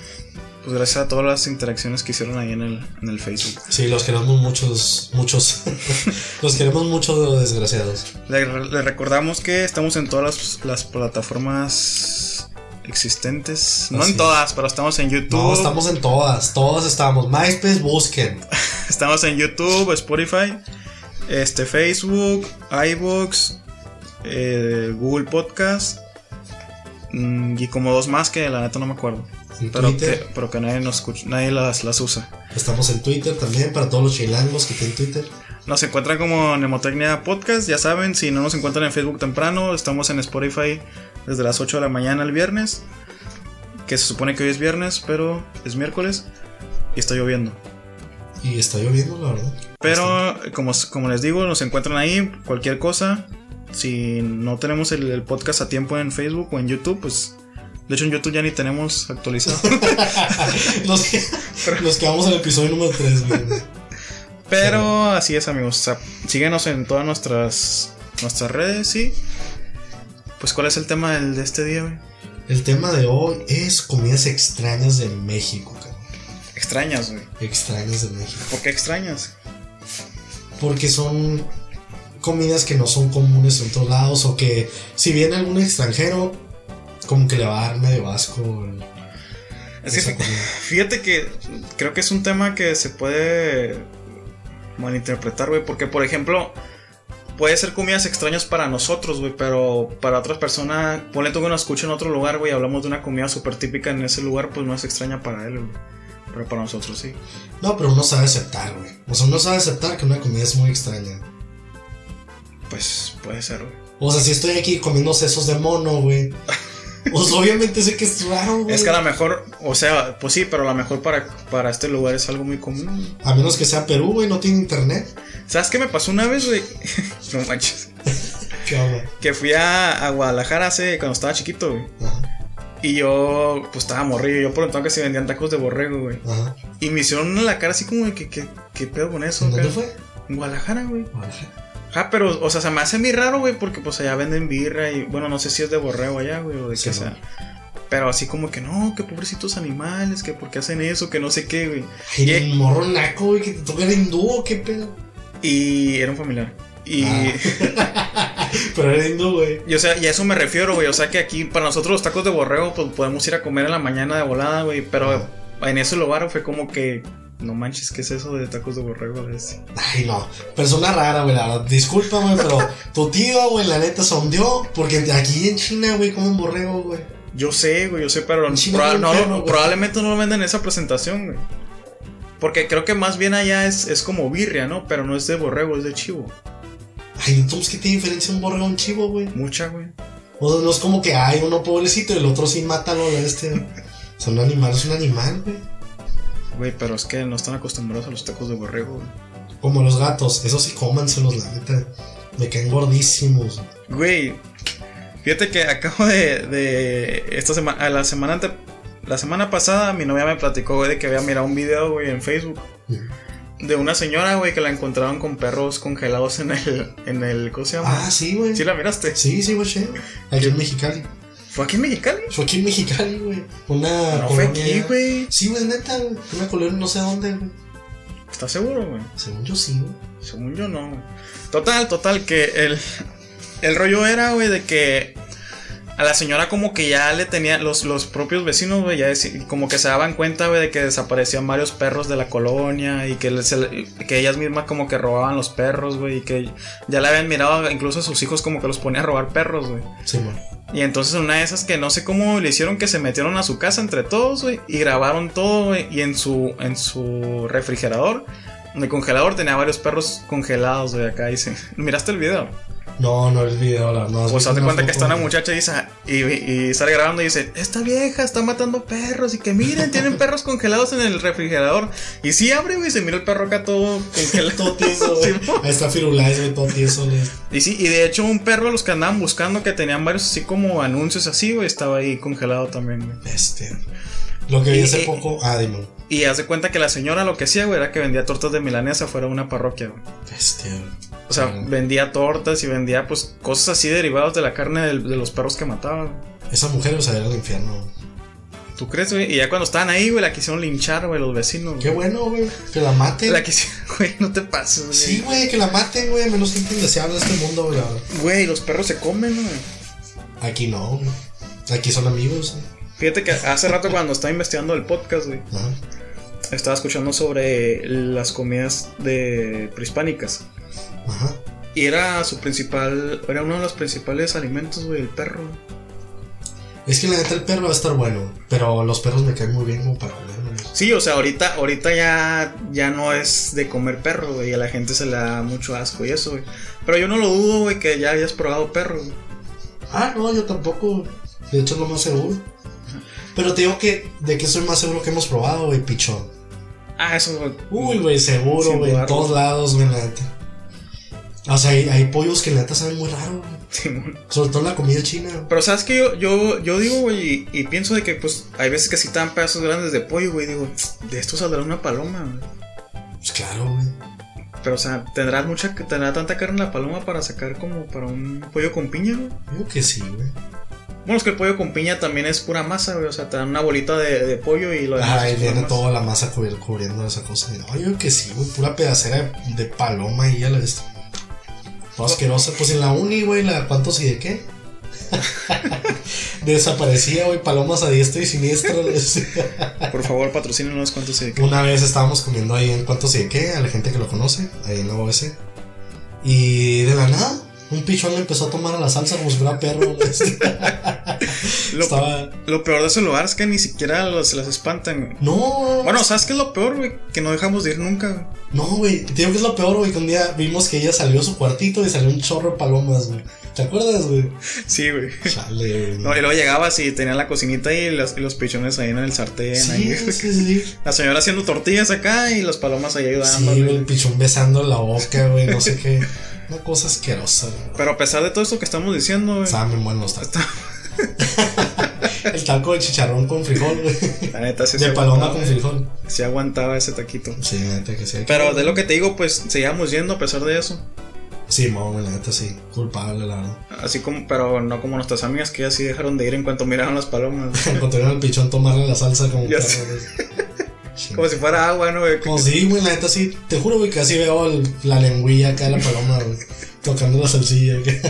Speaker 1: pues gracias a todas las interacciones que hicieron ahí en el, en el Facebook.
Speaker 2: Sí, los queremos muchos, muchos. [laughs] los queremos mucho, desgraciados.
Speaker 1: Le, le recordamos que estamos en todas las, las plataformas existentes. No
Speaker 2: Así
Speaker 1: en
Speaker 2: es.
Speaker 1: todas, pero estamos en YouTube.
Speaker 2: No, estamos en todas, todas estamos. MySpace, busquen.
Speaker 1: Estamos en YouTube, Spotify, este Facebook, iBooks, eh, Google Podcast mm, y como dos más que la neta no me acuerdo.
Speaker 2: En
Speaker 1: Pero
Speaker 2: Twitter.
Speaker 1: que, pero que nadie nos escucha, nadie las, las usa.
Speaker 2: Estamos en Twitter también, para todos los chilangos que tienen Twitter.
Speaker 1: Nos encuentran como Nemotecnia Podcast, ya saben, si no nos encuentran en Facebook temprano, estamos en Spotify desde las 8 de la mañana el viernes, que se supone que hoy es viernes, pero es miércoles y está lloviendo.
Speaker 2: Y está lloviendo, la verdad.
Speaker 1: Pero como, como les digo, nos encuentran ahí, cualquier cosa. Si no tenemos el, el podcast a tiempo en Facebook o en YouTube, pues... De hecho en YouTube ya ni tenemos actualizado.
Speaker 2: [laughs] Nos, nos quedamos en el episodio número 3,
Speaker 1: Pero así es amigos. O sea, síguenos en todas nuestras, nuestras redes y... Pues cuál es el tema del, de este día, güey?
Speaker 2: El tema de hoy es comidas extrañas de México, cabrón.
Speaker 1: Extrañas, güey.
Speaker 2: Extrañas de México.
Speaker 1: ¿Por qué extrañas?
Speaker 2: Porque son comidas que no son comunes en otros lados o que si viene algún extranjero, como que le va a dar medio vasco. el-
Speaker 1: Es que
Speaker 2: esa comida.
Speaker 1: Fíjate que creo que es un tema que se puede malinterpretar, güey, porque por ejemplo, puede ser comidas extrañas para nosotros, güey, pero para otras personas, ponle tú que nos escucha en otro lugar, güey, hablamos de una comida súper típica en ese lugar, pues no es extraña para él, güey. Pero para nosotros sí.
Speaker 2: No, pero uno sabe aceptar, güey. O sea, uno sabe aceptar que una comida es muy extraña.
Speaker 1: Pues puede ser, güey.
Speaker 2: O sea, si estoy aquí comiendo sesos de mono,
Speaker 1: [laughs]
Speaker 2: güey. Pues obviamente sé que es raro, güey.
Speaker 1: Es que a lo mejor, o sea, pues sí, pero a lo mejor para, para este lugar es algo muy común.
Speaker 2: A menos que sea Perú, güey, no tiene internet.
Speaker 1: ¿Sabes qué me pasó una vez, güey? [laughs] no manches.
Speaker 2: ¿Qué onda?
Speaker 1: Que fui a, a Guadalajara hace, cuando estaba chiquito, güey.
Speaker 2: Ajá,
Speaker 1: Y yo, pues estaba morrido. Yo preguntaba que si vendían tacos de borrego, güey.
Speaker 2: ajá.
Speaker 1: Y me hicieron en la cara así como de que, que, ¿qué pedo con eso?
Speaker 2: ¿En dónde
Speaker 1: acá?
Speaker 2: fue?
Speaker 1: En Guadalajara, güey. Ajá, pero, o sea, se me hace muy raro, güey, porque pues allá venden birra y, bueno, no sé si es de borrego allá, güey, o de
Speaker 2: Sí,
Speaker 1: qué
Speaker 2: ¿no?
Speaker 1: sea. Pero así como que no, que pobrecitos animales, que por qué hacen eso, que no sé qué, güey.
Speaker 2: Ay, el morro naco, güey, que te toca el hindú, qué pedo.
Speaker 1: Y era un familiar. Y, [laughs]
Speaker 2: Ah. Pero era hindú, güey.
Speaker 1: y, o sea, y a eso me refiero, güey. O sea, que aquí para nosotros los tacos de borrego, pues podemos ir a comer en la mañana de volada, güey. Pero
Speaker 2: Ah.
Speaker 1: en ese lugar fue como que, no manches, ¿qué es eso de tacos de borrego? Es-
Speaker 2: Ay, no. Persona rara, güey, la verdad.
Speaker 1: [laughs]
Speaker 2: Disculpa, güey, pero tu tío, güey, la neta se hundió. Porque aquí en China, güey, como un borrego, güey.
Speaker 1: Yo sé, güey, yo sé, pero
Speaker 2: Sí,
Speaker 1: proba-
Speaker 2: bien
Speaker 1: no,
Speaker 2: enfermo, güey.
Speaker 1: probablemente no lo venden en esa presentación, güey. Porque creo que más bien allá es, es como birria, ¿no? Pero no es de borrego, es de chivo.
Speaker 2: Ay, entonces, ¿qué tiene diferencia un borrego a un chivo, güey?
Speaker 1: Mucha, güey.
Speaker 2: O sea, no es como que hay uno pobrecito y el otro sí mátalo a este. O sea, un animal es un animal, güey.
Speaker 1: Güey, pero es que no están acostumbrados a los tacos de borrego, güey.
Speaker 2: Como los gatos, esos sí cómanselos, la neta. Me caen gordísimos.
Speaker 1: Güey, fíjate que acabo de, de esta semana, la semana ante- la semana pasada mi novia me platicó, güey, de que había mirado un video, güey, en Facebook de una señora, güey, que la encontraron con perros congelados en el, en el, ¿cómo se llama?
Speaker 2: Ah, sí, güey.
Speaker 1: ¿Sí la miraste?
Speaker 2: Sí, sí, güey, sí. Aquí en Mexicali.
Speaker 1: ¿Fue aquí en Mexicali?
Speaker 2: Fue aquí en Mexicali, güey. Una
Speaker 1: No fue
Speaker 2: colonia-
Speaker 1: aquí, güey.
Speaker 2: Sí, güey, neta, güey. Una colonia no sé dónde, güey.
Speaker 1: ¿Estás seguro, güey?
Speaker 2: Según yo sí, güey.
Speaker 1: Según yo no. güey. Total, total, que el, el rollo era, güey, de que a la señora como que ya le tenían los, los propios vecinos, güey, ya deci- como que se daban cuenta, güey, de que desaparecían varios perros de la colonia y que, le- se le- que ellas mismas como que robaban los perros, güey, y que ya le habían mirado incluso a sus hijos como que los ponía a robar perros, güey.
Speaker 2: Sí, güey.
Speaker 1: Y entonces una de esas que no sé cómo le hicieron que se metieron a su casa entre todos, güey, y grabaron todo, güey, y en su, en su refrigerador, en el congelador tenía varios perros congelados, güey, acá dice. [laughs] ¿Miraste el video?
Speaker 2: No, no el video, la no. has
Speaker 1: Pues
Speaker 2: visto
Speaker 1: hazte
Speaker 2: una
Speaker 1: cuenta que
Speaker 2: foto,
Speaker 1: está una
Speaker 2: güey.
Speaker 1: muchacha y, dice- y, y sale grabando y dice, esta vieja está matando perros y que miren, tienen perros congelados en el refrigerador. Y sí abre, güey, y se mira el perro acá todo congelado.
Speaker 2: [laughs] Todo tieso, güey.
Speaker 1: [laughs] Sí, ¿no?
Speaker 2: Ahí está Firulais, güey, todo tieso, güey.
Speaker 1: Y sí, y de hecho un perro a los que andaban buscando que tenían varios así como anuncios así, güey, estaba ahí congelado también, güey.
Speaker 2: Este. Lo que vi
Speaker 1: Y- eh,
Speaker 2: hace
Speaker 1: y-
Speaker 2: poco. Ah, dime. güey.
Speaker 1: Y haz de cuenta que la señora lo que hacía, güey, era que vendía tortas de milanesa fuera de una parroquia, güey.
Speaker 2: Este. güey.
Speaker 1: O sea,
Speaker 2: Ujú.
Speaker 1: vendía tortas y vendía, pues, cosas así derivadas de la carne del- de, los perros que mataba, güey.
Speaker 2: Esa mujer, o sea, era el infierno. güey.
Speaker 1: Mm. ¿Tú crees, güey? Y ya cuando estaban ahí, güey, la quisieron linchar, güey, los vecinos.
Speaker 2: Qué
Speaker 1: güey.
Speaker 2: bueno, güey. Que la maten.
Speaker 1: La quisieron, [laughs] güey, no te pases, güey.
Speaker 2: Sí, güey, que la maten, güey. Menos gente indeseable de este mundo, güey. la verdad.
Speaker 1: Güey, los perros se comen, güey.
Speaker 2: Aquí no, güey. Aquí son amigos, güey.
Speaker 1: Fíjate que hace rato cuando estaba investigando el podcast, güey,
Speaker 2: Ajá.
Speaker 1: estaba escuchando sobre las comidas de prehispánicas.
Speaker 2: Ajá.
Speaker 1: Y era su principal, era uno de los principales alimentos, güey, el perro. güey.
Speaker 2: Es que la neta el perro va a estar bueno, pero los perros me caen muy bien como para comérmelos.
Speaker 1: Sí, o sea, ahorita, ahorita ya, ya no es de comer perro, güey. y A la gente se le da mucho asco y eso, güey. Pero yo no lo dudo, güey, que ya hayas probado perro, güey.
Speaker 2: Ah, no, yo tampoco. De hecho es lo más seguro. Pero te digo que de que soy más seguro que hemos probado, güey, pichón.
Speaker 1: Ah, eso, güey.
Speaker 2: Uy, güey, seguro,
Speaker 1: Sin
Speaker 2: güey, en
Speaker 1: dudarlo.
Speaker 2: todos lados, güey, la neta. O sea, hay, hay pollos que la neta saben muy raro, güey.
Speaker 1: Simón.
Speaker 2: Sobre todo en la comida china.
Speaker 1: Pero sabes que yo, yo, yo digo, güey, y, y pienso de que, pues, hay veces que sí te dan pedazos grandes de pollo, güey. Digo, de esto saldrá una paloma, güey.
Speaker 2: Pues claro, güey.
Speaker 1: Pero, o sea, tendrás mucha, tendrá tanta carne la paloma para sacar como para un pollo con piña, güey.
Speaker 2: Digo que sí, güey.
Speaker 1: Bueno, es que el pollo con piña también es pura masa, güey. O sea, te dan una bolita de, de pollo y lo demás.
Speaker 2: Ay,
Speaker 1: es pura
Speaker 2: viene
Speaker 1: masa.
Speaker 2: toda la masa cubri- cubriendo esa cosa. Ay, yo que sí, güey, pura pedacera de, de paloma y ya la ves. Todo asquerosa. Pues en la uni, güey, la cuántos y de qué. [laughs] Desaparecía, güey, palomas a diestra y siniestra. [laughs] les-
Speaker 1: Por favor, patrocínenos cuánto
Speaker 2: [laughs]
Speaker 1: se
Speaker 2: Una vez estábamos comiendo ahí en cuántos y de qué, a la gente que lo conoce, ahí en la OBC. pues, [laughs] Y de la nada, un pichón le empezó a tomar a la salsa como si fuera perro. güey.
Speaker 1: Lo,
Speaker 2: este, Estaba-
Speaker 1: lo peor de ese lugar es que ni siquiera los, las espantan, güey.
Speaker 2: No,
Speaker 1: Bueno, ¿sabes qué es lo peor, güey? Que no dejamos de ir nunca, güey.
Speaker 2: no, güey. Te digo que es lo peor, güey. Que un día vimos que ella salió de su cuartito y salió un chorro de palomas, güey. ¿Te acuerdas, güey?
Speaker 1: Sí, güey.
Speaker 2: Mm. Chale,
Speaker 1: No, y
Speaker 2: güey.
Speaker 1: luego llegabas y tenía la cocinita y los, y los pichones ahí en el sartén.
Speaker 2: Sí,
Speaker 1: ahí.
Speaker 2: sí, sí.
Speaker 1: La señora haciendo tortillas acá y los palomas ahí
Speaker 2: Sí,
Speaker 1: ayudando.
Speaker 2: güey, el pichón besando la boca, güey. No sé qué. Una cosa asquerosa, güey.
Speaker 1: Pero a pesar de todo esto que estamos diciendo, güey,
Speaker 2: Estaban bien buenos
Speaker 1: [laughs]
Speaker 2: los
Speaker 1: Está-
Speaker 2: tacos. el taco de chicharrón con frijol, güey.
Speaker 1: la neta sí,
Speaker 2: De
Speaker 1: se
Speaker 2: paloma
Speaker 1: aguantaba,
Speaker 2: con frijol.
Speaker 1: sí aguantaba ese taquito.
Speaker 2: Sí, neta que sí.
Speaker 1: Pero de lo que te digo, pues seguíamos yendo a pesar de eso.
Speaker 2: Sí, mo, güey, la neta sí. Culpable, la verdad. [laughs]
Speaker 1: Así como, pero no como nuestras amigas que ya sí dejaron de ir en cuanto miraron las palomas.
Speaker 2: Cuando vieron al pichón tomarle la salsa como un
Speaker 1: Ya
Speaker 2: perro,
Speaker 1: sé. [laughs]
Speaker 2: güey. Sí.
Speaker 1: Como si fuera agua,
Speaker 2: [laughs]
Speaker 1: ¿no? güey?
Speaker 2: Como Pues sí, güey, la neta sí. Te juro, güey, casi veo el- la lengüilla acá de la paloma, güey. Tocando la salsilla. güey.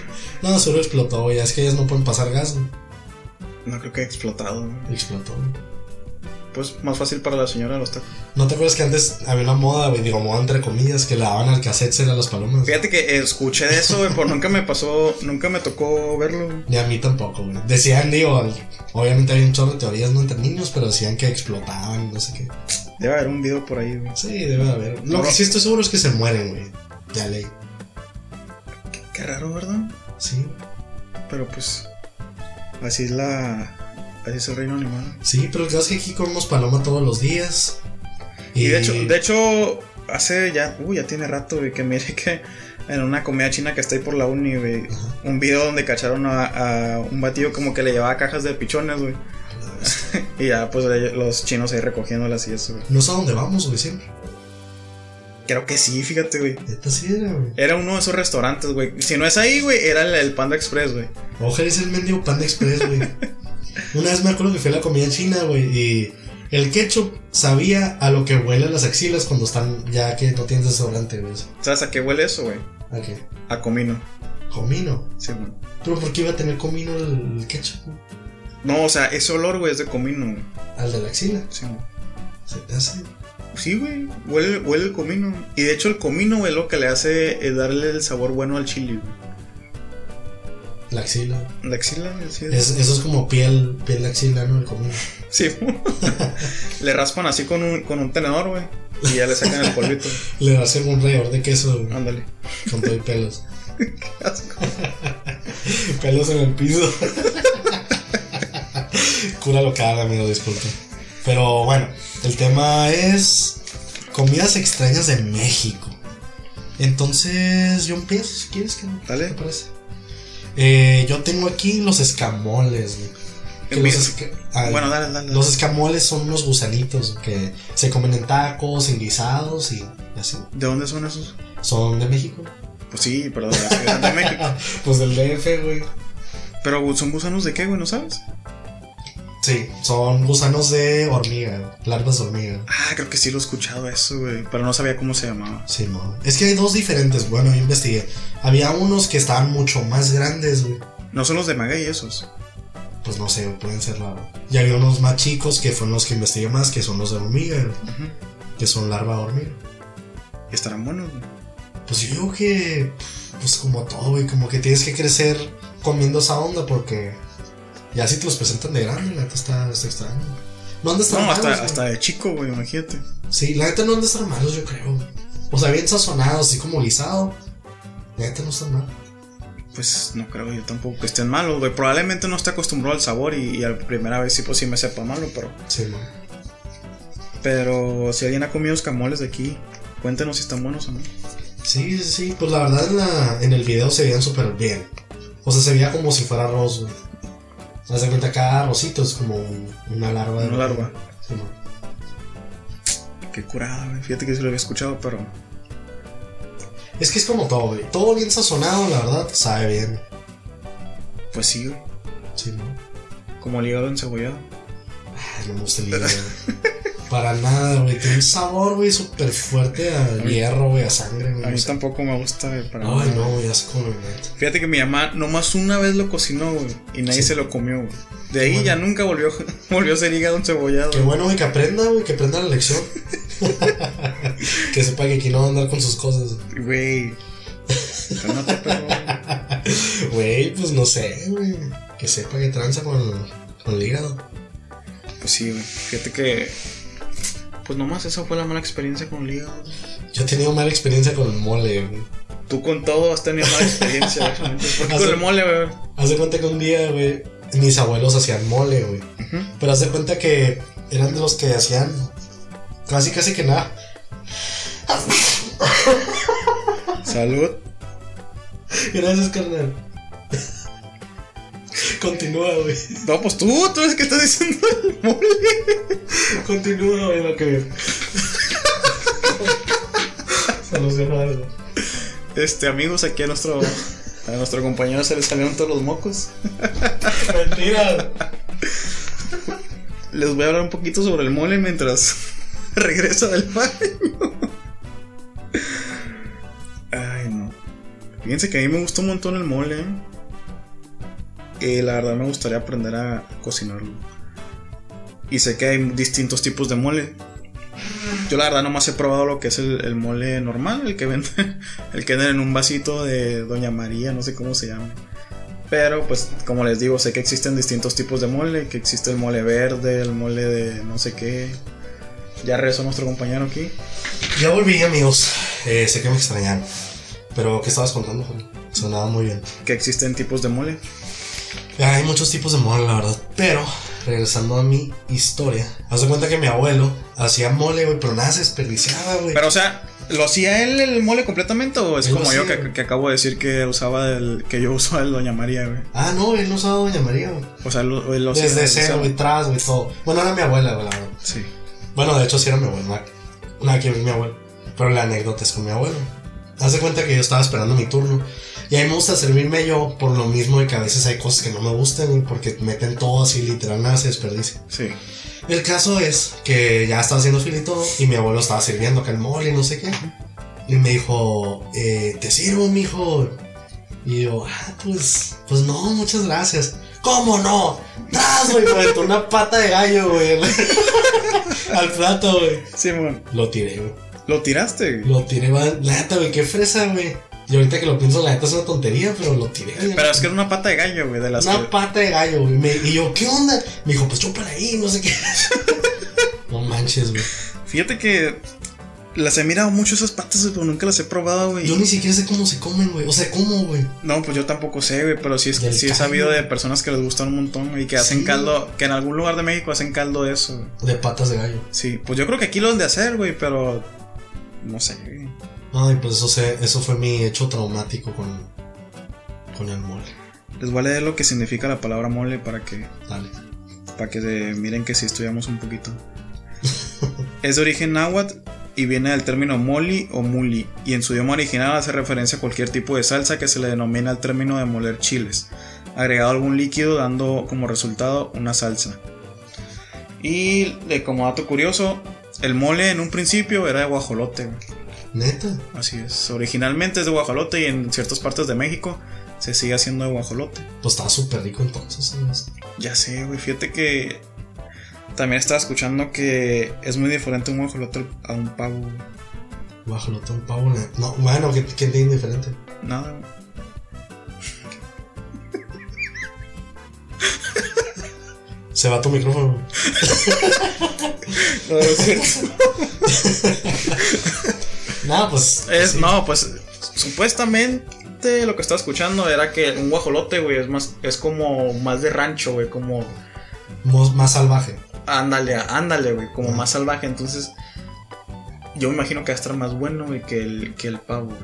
Speaker 2: [laughs] no, seguro explotó, güey. Es que ellas no pueden pasar gas, güey.
Speaker 1: No creo que ha explotado. ¿no?
Speaker 2: Explotó, güey.
Speaker 1: Pues más fácil para la señora los tacos.
Speaker 2: ¿No te acuerdas que antes había una moda, güey? Digo, moda entre comillas, que la daban al cassette a las palomas.
Speaker 1: Fíjate que escuché de eso, güey, pero nunca me pasó, nunca me tocó verlo. güey.
Speaker 2: Ni a mí tampoco, güey. Decían, digo, al- obviamente había un chorro de teorías, no entre niños, pero decían que explotaban, no sé qué.
Speaker 1: Debe haber un video por ahí, güey.
Speaker 2: Sí, debe de haber. Lo
Speaker 1: No.
Speaker 2: que sí estoy seguro es que se mueren, güey. Ya ley.
Speaker 1: Qué raro, ¿verdad?
Speaker 2: Sí,
Speaker 1: Pero pues, así es la, así es el reino animal.
Speaker 2: sí, pero el caso es que aquí comemos paloma todos los días.
Speaker 1: Y, de hecho, de hecho, hace ya, uy, ya tiene rato, güey, que mire que en una comida china que está ahí por la uni, güey,
Speaker 2: Ajá.
Speaker 1: un video donde cacharon a, a un batido como que le llevaba cajas de pichones, güey. Y ya, pues le- los chinos ahí recogiéndolas y eso, güey.
Speaker 2: No sé a dónde vamos, güey, siempre.
Speaker 1: Creo que sí, fíjate, güey.
Speaker 2: Neta sí era, güey.
Speaker 1: Era uno de esos restaurantes, güey. Si no es ahí, güey, era el, el Panda Express, güey.
Speaker 2: Ojalá es el mendigo Panda Express, güey. Una vez me acuerdo que fui a la comida china, güey, y el ketchup sabía a lo que huelen las axilas cuando están ya que no tienes desodorante, güey.
Speaker 1: ¿Sabes a qué huele eso, güey?
Speaker 2: ¿A qué?
Speaker 1: A comino.
Speaker 2: Comino.
Speaker 1: Sí, güey.
Speaker 2: Pero ¿por qué iba a tener comino el ketchup? güey?
Speaker 1: No, o sea, ese olor, güey, es de comino, güey.
Speaker 2: Al de la axila.
Speaker 1: Sí, güey.
Speaker 2: Se te hace.
Speaker 1: Sí, güey, huele, huele el comino. Y de hecho el comino, güey, lo que le hace es darle el sabor bueno al chile, güey.
Speaker 2: La axila.
Speaker 1: La axila, güey, sí.
Speaker 2: Es- eso es como piel, piel de axila, ¿no? El comino.
Speaker 1: Sí.
Speaker 2: [laughs]
Speaker 1: le raspan así con un, con un tenedor, güey. Y ya le sacan el polvito.
Speaker 2: Le hacen un rayador de queso güey,
Speaker 1: Ándale.
Speaker 2: con todo y pelos.
Speaker 1: Qué asco.
Speaker 2: pelos en el piso. Cura local, amigo, disculpe. Pero bueno, el tema es comidas extrañas de México. Entonces, yo empiezo, si quieres que no.
Speaker 1: Dale.
Speaker 2: ¿Te parece? Eh, yo tengo aquí los escamoles, güey. Que los
Speaker 1: Empieza.
Speaker 2: esca- ah,
Speaker 1: Bueno, dale, dale. dale.
Speaker 2: los escamoles son unos gusanitos que se comen en tacos, en guisados y así.
Speaker 1: ¿De dónde son esos?
Speaker 2: ¿Son de México?
Speaker 1: Pues sí, pero de la Ciudad de México.
Speaker 2: Pues del DF, güey.
Speaker 1: Pero son gusanos de qué, güey, ¿no sabes?
Speaker 2: Sí, son gusanos de hormiga, larvas de hormiga.
Speaker 1: Ah, creo que sí lo he escuchado eso, güey. Pero no sabía cómo se llamaba.
Speaker 2: Sí, mo. Es que hay dos diferentes, bueno, yo investigué. Había unos que estaban mucho más grandes, güey.
Speaker 1: No son los de Maguey esos.
Speaker 2: Pues no sé, pueden ser la... Y había unos más chicos que fueron los que investigué más, que son los de hormiga, güey,
Speaker 1: Ujú.
Speaker 2: que son larva de hormiga.
Speaker 1: Y estarán buenos, güey.
Speaker 2: Pues yo digo que, pues como todo, güey, como que tienes que crecer comiendo esa onda porque ya si te los presentan de grande, la neta está, está extraño. No andas tan
Speaker 1: No,
Speaker 2: malos,
Speaker 1: hasta,
Speaker 2: güey.
Speaker 1: hasta de chico, güey, imagínate.
Speaker 2: Sí, la neta no han de estar malos, yo creo. O sea, bien sazonados, así como guisado. La neta no están mal.
Speaker 1: Pues no creo yo tampoco que estén malos, güey. Probablemente no esté acostumbrado al sabor y, y a la primera vez sí, pues sí me sepa malo, pero.
Speaker 2: Sí, no.
Speaker 1: Pero si alguien ha comido escamoles de aquí, cuéntenos si están buenos o no.
Speaker 2: Sí, sí, sí. Pues la verdad en, la- en el video se veían súper bien. O sea, se veía como si fuera arroz, güey. Haz de cuenta, cada arrocito es como un- una larva. de-
Speaker 1: Una larva.
Speaker 2: Sí, no.
Speaker 1: Qué curada, güey. Fíjate que sí lo había escuchado, pero.
Speaker 2: Es que es como todo, güey. Todo bien sazonado, la verdad, sabe bien.
Speaker 1: Pues sí, güey.
Speaker 2: Sí, no.
Speaker 1: Como el hígado encebollado.
Speaker 2: Ay, no me gusta el hígado,
Speaker 1: [laughs]
Speaker 2: güey. Para nada, güey. Tiene un sabor, güey, súper fuerte a
Speaker 1: mí-
Speaker 2: hierro, güey, a sangre, güey.
Speaker 1: A
Speaker 2: no
Speaker 1: mí
Speaker 2: sé.
Speaker 1: tampoco me gusta, güey, para
Speaker 2: Ay,
Speaker 1: nada.
Speaker 2: no, güey, asco, güey, neta.
Speaker 1: Fíjate que mi mamá nomás una vez lo cocinó, güey. Y nadie
Speaker 2: Sí.
Speaker 1: se lo comió, güey. De ahí
Speaker 2: bueno.
Speaker 1: ya nunca volvió, [laughs] volvió a ser hígado encebollado.
Speaker 2: Qué bueno, güey, que aprenda, güey, que aprenda la lección. que sepa que aquí no va a andar con sus cosas.
Speaker 1: pues Güey. Cálmate, perro.
Speaker 2: güey. Güey, pues no sé, güey. Que sepa que tranza con, con el hígado.
Speaker 1: Pues sí, güey. Fíjate que. Pues nomás esa fue la mala experiencia con el hígado. güey.
Speaker 2: Yo he tenido mala experiencia con el mole, güey.
Speaker 1: Tú con todo has tenido mala experiencia,
Speaker 2: [laughs]
Speaker 1: güey, realmente. ¿Por qué
Speaker 2: Hace-
Speaker 1: con el mole, güey?
Speaker 2: Haz de cuenta que un día, güey, mis abuelos hacían mole, güey.
Speaker 1: Ujú.
Speaker 2: Pero haz de cuenta que eran de los que hacían casi, casi que nada.
Speaker 1: Salud.
Speaker 2: Gracias, carnal. [laughs] Continúa, güey.
Speaker 1: No, pues tú, tú eres el que estás diciendo el mole.
Speaker 2: Continúa, güey, lo que. [laughs] Soluciona algo.
Speaker 1: Este, amigos, aquí a nuestro, a nuestro compañero se le salieron todos los mocos.
Speaker 2: Mentira.
Speaker 1: Les voy a hablar un poquito sobre el mole mientras [laughs] regreso del baño. Ay, no. Fíjense que a mí me gusta un montón el mole. eh, Y la verdad me gustaría aprender a cocinarlo. Y sé que hay distintos tipos de mole. Yo la verdad nomás he probado lo que es el, el mole normal, el que venden, [laughs] el que venden en un vasito de Doña María, no sé cómo se llama. Pero pues como les digo, sé que existen distintos tipos de mole, que existe el mole verde, el mole de no sé qué. Ya regresó nuestro compañero aquí.
Speaker 2: Ya volví, amigos. Eh, sé que me extrañaron. Pero, ¿qué estabas contando, Juan? Sonaba muy bien.
Speaker 1: Que existen tipos de mole.
Speaker 2: Hay muchos tipos de mole, la verdad. Pero, regresando a mi historia, haz de cuenta que mi abuelo hacía mole, güey, pero nada se desperdiciaba, güey.
Speaker 1: Pero o sea, ¿lo hacía él el mole completamente o es
Speaker 2: Él lo
Speaker 1: como yo
Speaker 2: hacía.
Speaker 1: que, que acabo de decir que usaba el que yo usaba el Doña María, güey?
Speaker 2: Ah, no, él no usaba Doña María, güey.
Speaker 1: O sea, lo, él lo hacía,
Speaker 2: Desde
Speaker 1: lo
Speaker 2: cero,
Speaker 1: usaba.
Speaker 2: güey, tras, güey, todo. Bueno, era mi abuela, güey, la verdad.
Speaker 1: Sí.
Speaker 2: Bueno, de hecho sí era mi abuelo. Nada, nada que ver con mi abuelo. Pero la anécdota es con mi abuelo. Haz de cuenta que yo estaba esperando mi turno. Y a mí me gusta servirme yo por lo mismo de que a veces hay cosas que no me gustan güey, porque meten todo así, literal, nada se desperdicia.
Speaker 1: Sí.
Speaker 2: El caso es que ya estaba haciendo fila y todo y mi abuelo estaba sirviendo acá el mole y no sé qué. Y me dijo, eh, te sirvo, mijo. Y yo, ah, pues, pues no, muchas gracias. ¿Cómo no? ¡Tras, güey! Me aventó una pata de gallo, güey. [laughs] al plato, güey.
Speaker 1: Sí, bueno.
Speaker 2: Lo tiré, güey.
Speaker 1: ¿Lo tiraste? güey?
Speaker 2: Lo tiré, va- la neta, güey, qué fresa, güey. Y ahorita que lo pienso, la neta es una tontería, pero lo tiré. güey.
Speaker 1: Pero es que era una pata de gallo, güey, de las
Speaker 2: Una
Speaker 1: que-
Speaker 2: pata de gallo, güey. Me- Y yo, ¿qué onda? Me dijo, pues chúpala ahí, no sé qué. [laughs] no manches, güey.
Speaker 1: Fíjate que las he mirado mucho esas patas, güey, pero nunca las he probado, güey.
Speaker 2: Yo ni siquiera sé cómo se comen, güey. O sea, ¿cómo, güey?
Speaker 1: No, pues yo tampoco sé, güey, pero sí, es,
Speaker 2: Del
Speaker 1: sí he
Speaker 2: caldo.
Speaker 1: sabido de personas que les gustan un montón güey, y que hacen
Speaker 2: Sí.
Speaker 1: caldo, que en algún lugar de México hacen caldo de eso. güey.
Speaker 2: De patas de gallo.
Speaker 1: Sí, pues yo creo que aquí lo han de hacer, güey, pero no sé. güey.
Speaker 2: Ay, pues eso, se, eso fue mi hecho traumático con, con el mole.
Speaker 1: Les voy a leer lo que significa la palabra mole para que
Speaker 2: Dale.
Speaker 1: para que se- miren que si estudiamos un poquito. [laughs] es de origen náhuatl y viene del término moli o muli, y en su idioma original hace referencia a cualquier tipo de salsa que se le denomina al término de moler chiles, agregado a algún líquido dando como resultado una salsa. Y de como dato curioso, el mole en un principio era de guajolote, güey.
Speaker 2: Neta.
Speaker 1: así es, originalmente es de guajolote y en ciertas partes de México se sigue haciendo de guajolote.
Speaker 2: Pues estaba súper rico entonces. ¿no?
Speaker 1: Ya sé, güey. Fíjate que también estaba escuchando que es muy diferente un guajolote a un pavo. güey.
Speaker 2: Guajolote, un pavo. ne- No, bueno, que que tiene diferente?
Speaker 1: Nada. güey.
Speaker 2: Se va tu micrófono. güey. Nada, pues.
Speaker 1: [laughs] Es-
Speaker 2: sí.
Speaker 1: No, pues supuestamente lo que estaba escuchando era que un guajolote, güey, es más es como más de rancho, güey, como
Speaker 2: Mos- Más salvaje.
Speaker 1: ándale, ándale, güey, como
Speaker 2: Ajá.
Speaker 1: más salvaje, entonces yo me imagino que va a estar más bueno güey, que el que el pavo. güey.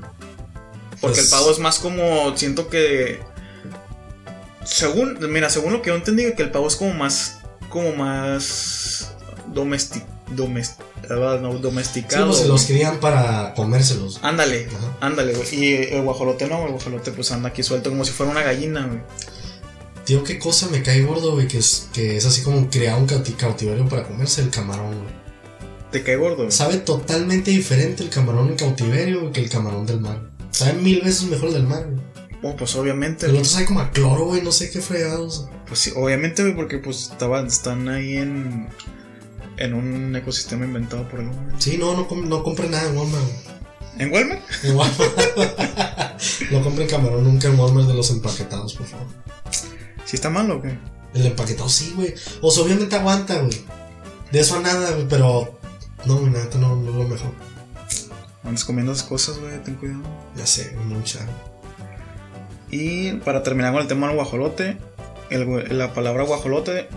Speaker 1: Porque
Speaker 2: Pues-
Speaker 1: el pavo es más como siento que según mira, según lo que yo entendí que el pavo es como más como más domestic, domes- ah, no,
Speaker 2: Sí,
Speaker 1: domesticado.
Speaker 2: pues se los
Speaker 1: güey.
Speaker 2: crían para comérselos.
Speaker 1: Ándale,
Speaker 2: Ajá.
Speaker 1: ándale, güey. Y el guajolote no, el guajolote pues anda aquí suelto como si fuera una gallina, güey.
Speaker 2: Tío, qué cosa me cae gordo, güey, que es, que es así como crear un cauti- cautiverio para comerse el camarón, güey.
Speaker 1: Te cae gordo. güey.
Speaker 2: Sabe totalmente diferente el camarón en cautiverio güey, que el camarón del mar. Sabe mil veces mejor el del mar, güey.
Speaker 1: Oh, pues obviamente.
Speaker 2: El
Speaker 1: güey.
Speaker 2: otro sabe como a cloro, güey, no sé qué fregados.
Speaker 1: Pues sí, obviamente, güey, porque pues estaban, están ahí en, en un ecosistema inventado por el hombre.
Speaker 2: Sí, no, no, com- no compré nada en Walmart, güey.
Speaker 1: ¿En Walmart?
Speaker 2: En Walmart. [laughs] no compren camarón nunca en Walmart de los empaquetados, por favor.
Speaker 1: ¿Sí está malo o qué?
Speaker 2: El empaquetado sí, güey. O sea, obviamente aguanta, güey. De eso a nada, güey, pero. No, güey, neta, no, no es lo mejor.
Speaker 1: Andas comiendo esas cosas, güey, ten cuidado.
Speaker 2: Ya sé, mucha.
Speaker 1: Y para terminar con el tema del guajolote, el gua- la palabra guajolote,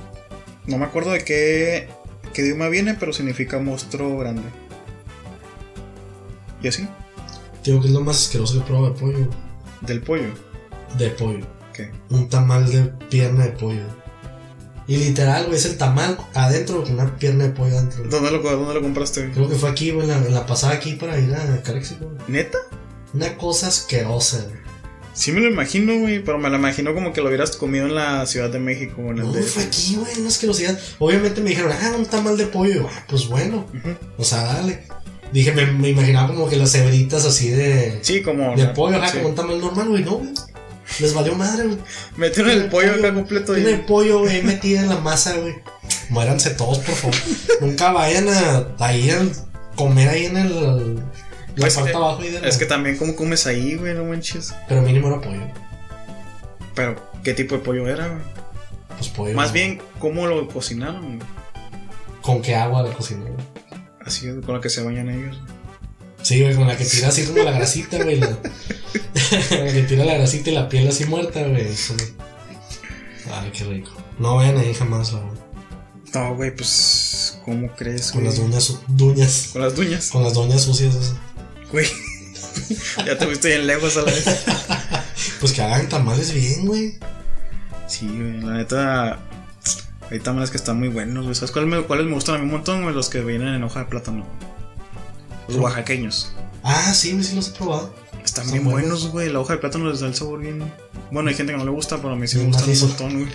Speaker 1: no me acuerdo de qué, qué idioma viene, pero significa monstruo grande. ¿Y así?
Speaker 2: Digo que es lo más asqueroso que prueba de pollo.
Speaker 1: Del pollo.
Speaker 2: De pollo.
Speaker 1: ¿Qué?
Speaker 2: Un tamal de pierna de pollo. Y literal, güey, es el tamal adentro con una pierna de pollo adentro. güey.
Speaker 1: ¿Dónde lo, dónde lo compraste? güey?
Speaker 2: Creo que fue aquí, güey, la, la pasada aquí para ir a Caléxico. güey.
Speaker 1: ¿Neta?
Speaker 2: Una cosa asquerosa, güey.
Speaker 1: Sí me lo imagino, güey, pero me lo imagino como que lo hubieras comido en la Ciudad de México o en el
Speaker 2: No,
Speaker 1: de...
Speaker 2: fue aquí, güey, una asquerosidad. Obviamente me dijeron, ah, un tamal de pollo. Ah, pues bueno,
Speaker 1: Ujú.
Speaker 2: o sea, dale. Dije, me, me imaginaba como que las hebritas así de,
Speaker 1: Sí, como...
Speaker 2: de pollo, ajá,
Speaker 1: sí.
Speaker 2: como un tamal normal, güey, no, güey. Les valió madre, güey.
Speaker 1: Metieron el pollo acá completo
Speaker 2: Tiene el
Speaker 1: y...
Speaker 2: pollo, güey, metida en la masa, güey. Muéranse todos, por favor. Nunca vayan a, a ir a comer ahí en el. La
Speaker 1: Pues
Speaker 2: parte
Speaker 1: que-
Speaker 2: abajo y de la-
Speaker 1: Es que también, ¿cómo comes ahí, güey? No manches.
Speaker 2: Pero mínimo era pollo.
Speaker 1: Pero, ¿qué tipo de pollo era, güey?
Speaker 2: Pues pollo.
Speaker 1: Más
Speaker 2: güey.
Speaker 1: bien, ¿cómo lo cocinaron? güey?
Speaker 2: Con qué agua la cocina, güey.
Speaker 1: Así es, con la que se bañan ellos.
Speaker 2: Sí, güey, con la que tira así como la grasita, güey. La, [laughs] la que tira la grasita y la piel así muerta, güey. Sí. Ay, qué rico. No vayan ahí jamás, la verdad.
Speaker 1: No, güey, pues, ¿cómo crees,
Speaker 2: Con
Speaker 1: güey?
Speaker 2: las duñas, su- duñas.
Speaker 1: Con las duñas.
Speaker 2: Con las doñas sucias. esas.
Speaker 1: Güey, [laughs] ya te fuiste bien lejos a la vez.
Speaker 2: Pues que hagan tamales bien, güey.
Speaker 1: Sí, güey, la neta. Hay tamales que están muy buenos, güey. ¿Sabes cuál me- cuáles me gustan a mí un montón, güey? Los que vienen en hoja de plátano. Los oaxaqueños.
Speaker 2: Ah, sí, güey, sí los he probado.
Speaker 1: Están
Speaker 2: Están
Speaker 1: bien
Speaker 2: buenos.
Speaker 1: buenos, güey. La hoja de plátano les da el sabor bien. Bueno, hay gente que no le gusta, pero a mí sí me
Speaker 2: Bien
Speaker 1: gustan un
Speaker 2: macizo.
Speaker 1: montón, güey.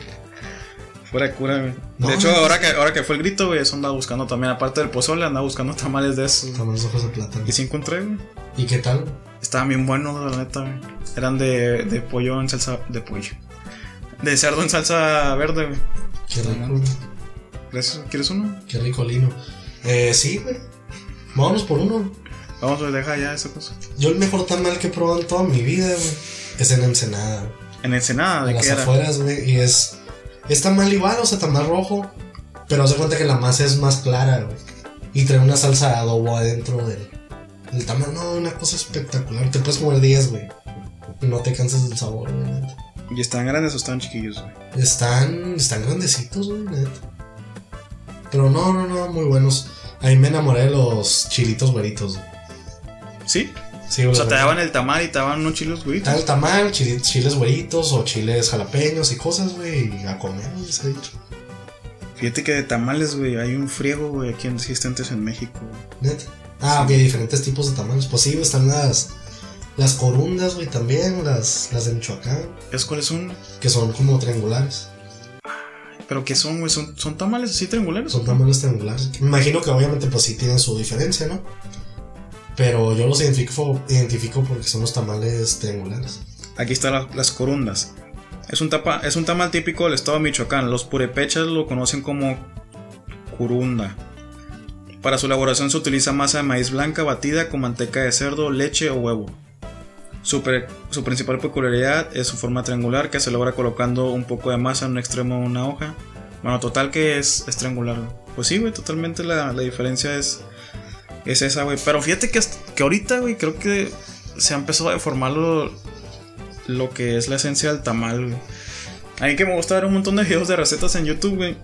Speaker 1: Fuera de cura, güey.
Speaker 2: No,
Speaker 1: de hecho,
Speaker 2: no,
Speaker 1: ahora, que, ahora que fue el grito, güey, eso andaba buscando también. Aparte del pozole, andaba buscando tamales de esos. güey.
Speaker 2: Tamales ojos de plátano.
Speaker 1: Y sí encontré, güey.
Speaker 2: ¿Y qué tal?
Speaker 1: Estaban bien buenos, la neta, güey. Eran de, de pollo en salsa. De pollo. De cerdo en salsa verde, güey.
Speaker 2: Qué rico,
Speaker 1: Ajá.
Speaker 2: güey.
Speaker 1: Gracias. ¿Quieres uno?
Speaker 2: qué rico lino. Eh, sí, güey. Vámonos por uno.
Speaker 1: Vamos, güey, deja ya esa cosa.
Speaker 2: Yo el mejor tamal que he probado en toda mi vida, güey, es en Ensenada. güey.
Speaker 1: En Ensenada,
Speaker 2: en
Speaker 1: Ah, ¿de
Speaker 2: las
Speaker 1: qué era?
Speaker 2: afueras, güey, y es. Es tamal igual, o sea, tamal rojo. Pero se cuenta que la masa es más clara, güey. Y trae una salsa de adobo adentro del. El tamal, no, una cosa espectacular. Te puedes comer 10, güey. Y no te cansas del sabor, güey. neta.
Speaker 1: ¿Y están grandes o están chiquillos, güey?
Speaker 2: Están. Están grandecitos, güey, neta. Pero no, no, no, muy buenos. Ahí me enamoré de los chilitos güeritos, güey.
Speaker 1: ¿Sí?
Speaker 2: Sí,
Speaker 1: O
Speaker 2: güey,
Speaker 1: sea, te
Speaker 2: los- Ah.
Speaker 1: daban el tamal y te daban unos chilos, güey.
Speaker 2: Está el tamal, chili- chiles güeritos o chiles jalapeños y cosas, güey. Y a comer, güey, se ha dicho.
Speaker 1: Fíjate que de tamales, güey, hay un friego, güey, aquí en existentes en México. güey.
Speaker 2: Neta. Ah, ok, diferentes tipos de tamaños. Pues sí, güey, están las, las corundas, güey, también, las, las de Michoacán,
Speaker 1: ¿Esas cuáles son?
Speaker 2: que son como triangulares.
Speaker 1: ¿Pero qué son, güey? ¿Son, son tamales así triangulares?
Speaker 2: Son tamaños triangulares. Me imagino que obviamente pues sí tienen su diferencia, ¿no? Pero yo los identifico, identifico porque son los tamales triangulares.
Speaker 1: Aquí están la- las corundas. Es un, tapa, es un tamal típico del estado de Michoacán. Los purépechas lo conocen como curunda. Para su elaboración se utiliza masa de maíz blanca batida con manteca de cerdo, leche o huevo. Su, pre- su principal peculiaridad es su forma triangular que se logra colocando un poco de masa en un extremo de una hoja. Bueno, total que es, es triangular. güey. Pues sí, güey, totalmente la, la diferencia es, es esa, güey. Pero fíjate que, hasta- que ahorita, güey, creo que se ha empezado a deformar lo, lo que es la esencia del tamal, güey. A mí que me gusta ver un montón de videos de recetas en YouTube, güey.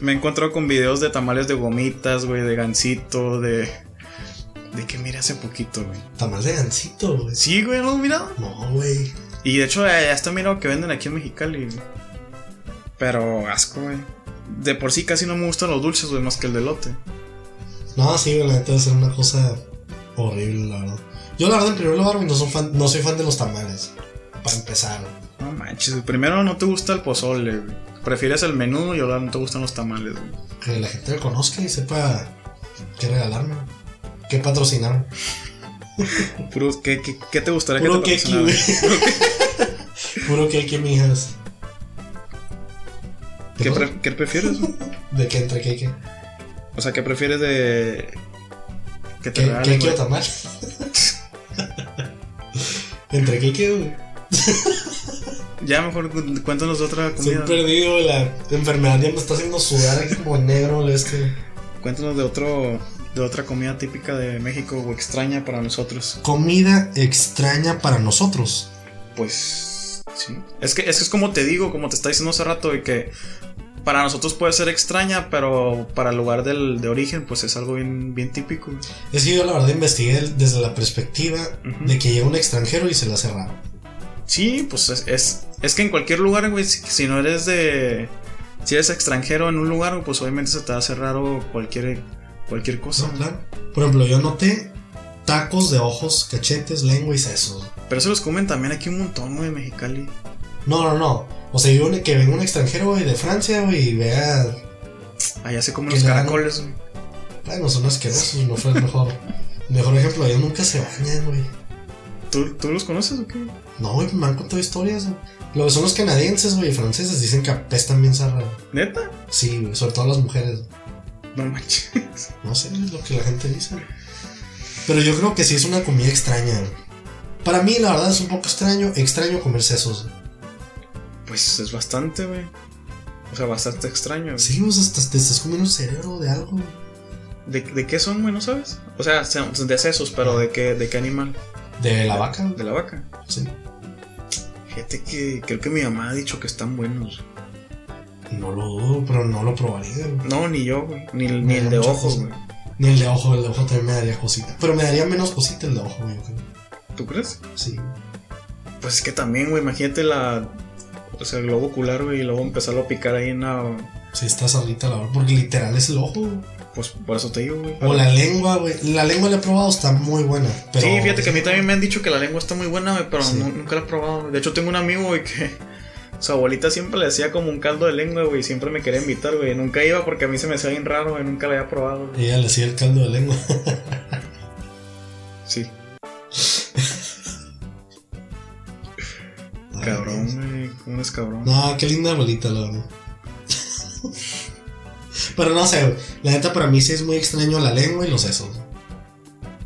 Speaker 1: Me he encontrado con videos de tamales de gomitas, güey, de gansito, de. De que mira hace poquito, güey.
Speaker 2: Tamal de gancito, güey.
Speaker 1: Sí, güey, no, mira.
Speaker 2: No, güey.
Speaker 1: Y de hecho, eh, ya está mirado que venden aquí en Mexicali, güey. Pero asco, güey. De por sí casi no me gustan los dulces, güey, más que el de lote.
Speaker 2: No, sí, güey, la neta debe ser una cosa horrible, la verdad. Yo, la verdad, en primer lugar, güey, no, son fan- no soy fan de los tamales. Para empezar, güey.
Speaker 1: No manches, güey. Primero no te gusta el pozole, güey. Prefieres el menú y ahora no te gustan los tamales, güey.
Speaker 2: que la gente me conozca y sepa qué regalarme, qué patrocinarme.
Speaker 1: Puro, ¿qué, qué, qué te gustaría
Speaker 2: Puro
Speaker 1: que te
Speaker 2: quequi, güey.
Speaker 1: patrocinaran?
Speaker 2: Puro que que mijas.
Speaker 1: ¿Qué,
Speaker 2: ¿No?
Speaker 1: pre- ¿Qué prefieres, güey?
Speaker 2: ¿De qué entre qué qué?
Speaker 1: O sea, ¿qué prefieres de. que te
Speaker 2: ¿Qué,
Speaker 1: regalen,
Speaker 2: qué
Speaker 1: güey?
Speaker 2: quiero tamal? ¿Entre qué quedo? güey?
Speaker 1: Ya mejor cu- cuéntanos de otra
Speaker 2: Estoy
Speaker 1: comida.
Speaker 2: perdido, la enfermedad ya me está haciendo sudar aquí como negro el este.
Speaker 1: Cuéntanos de otro de otra comida típica de México o extraña para nosotros.
Speaker 2: Comida extraña para nosotros.
Speaker 1: Pues sí. Es que, es que es como te digo, como te está diciendo hace rato, de que para nosotros puede ser extraña, pero para el lugar del, de origen, pues es algo bien, bien típico. güey.
Speaker 2: Es que yo la verdad investigué desde la perspectiva
Speaker 1: Ujú.
Speaker 2: de que llega un extranjero y se la hace raro.
Speaker 1: Sí, pues es, es, es que en cualquier lugar, güey, si, si no eres de. Si eres extranjero en un lugar, güey, pues obviamente se te hace raro cualquier, cualquier cosa.
Speaker 2: No, claro. Por ejemplo, yo noté tacos de ojos, cachetes, lengua y sesos.
Speaker 1: Pero se los comen también aquí un montón, güey, en Mexicali.
Speaker 2: No, no, no. O sea, yo que venga un extranjero, güey, de Francia, güey, y vea.
Speaker 1: Allá se comen
Speaker 2: Que
Speaker 1: los
Speaker 2: le dan-
Speaker 1: caracoles, güey.
Speaker 2: Bueno, son asquerosos, no fue el mejor. mejor ejemplo, ellos nunca se bañan, güey.
Speaker 1: ¿Tú, ¿Tú los conoces o qué?
Speaker 2: No, güey, me han contado historias, güey. Lo que son los canadienses, güey, y franceses, dicen que apestan bien zarra.
Speaker 1: ¿Neta?
Speaker 2: Sí, güey, sobre todo las mujeres.
Speaker 1: No manches. [laughs]
Speaker 2: No sé, es lo que la gente dice. Pero yo creo que sí es una comida extraña. güey. Para mí, la verdad, es un poco extraño, extraño comer sesos. güey.
Speaker 1: Pues es bastante, güey. O sea, bastante extraño. güey.
Speaker 2: Sí, o sea, hasta te estás comiendo un cerebro de algo. güey.
Speaker 1: ¿De, de qué son, güey? ¿No sabes? O sea, son de sesos, pero ¿de qué, de qué animal?
Speaker 2: De la vaca,
Speaker 1: De
Speaker 2: güey.
Speaker 1: la vaca.
Speaker 2: sí.
Speaker 1: Fíjate que creo que mi mamá ha dicho que están buenos.
Speaker 2: No lo dudo, pero no lo probaría. güey.
Speaker 1: No, ni yo, güey. Ni, el- ni
Speaker 2: No,
Speaker 1: el de
Speaker 2: muchas
Speaker 1: ojos,
Speaker 2: cosas.
Speaker 1: güey.
Speaker 2: Ni el de ojo, el de ojo también me daría cosita. Pero me daría menos cosita el de ojo, güey. yo creo.
Speaker 1: ¿Tú crees?
Speaker 2: Sí.
Speaker 1: Pues es que también, güey, imagínate la. O sea, el globo ocular, güey, y luego empezarlo a picar ahí en la.
Speaker 2: Sí, está sardita la verdad, porque literal es el ojo. güey.
Speaker 1: Pues por eso te digo, güey.
Speaker 2: O la lengua, güey. La lengua la he probado, está muy buena. Pero...
Speaker 1: Sí, fíjate que a mí también me han dicho que la lengua está muy buena, güey, pero
Speaker 2: Sí.
Speaker 1: nu- nunca la he probado. güey. De hecho, tengo un amigo, güey, que [laughs] su abuelita siempre le hacía como un caldo de lengua, güey, y siempre me quería invitar, güey. Nunca iba porque a mí se me hacía bien raro, güey, nunca la había probado, güey.
Speaker 2: Ella le hacía el caldo de lengua.
Speaker 1: Sí,
Speaker 2: Ay,
Speaker 1: cabrón,
Speaker 2: Dios.
Speaker 1: güey, cómo eres cabrón.
Speaker 2: No, qué linda abuelita, la verdad. pero no sé, güey. La neta para mí sí es muy extraño la lengua y los sesos.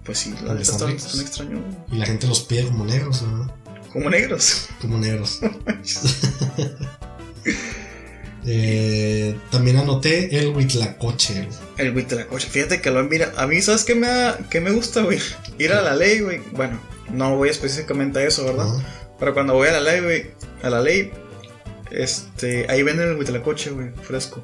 Speaker 1: Pues sí, la
Speaker 2: Porque
Speaker 1: neta
Speaker 2: están
Speaker 1: están,
Speaker 2: ricos.
Speaker 1: están extraños, güey.
Speaker 2: Y la gente los pide como negros, ¿no?
Speaker 1: Como negros.
Speaker 2: como negros. Eh, también anoté el huitlacoche. güey.
Speaker 1: [laughs] El huitlacoche, fíjate que lo mira. A mí, ¿sabes qué me, da- qué me gusta, güey? Ir a la ley, güey. Bueno, no voy específicamente a eso, ¿verdad?
Speaker 2: ¿no?
Speaker 1: Pero cuando voy a la ley, güey, a la ley, este, ahí venden el huitlacoche, güey, fresco.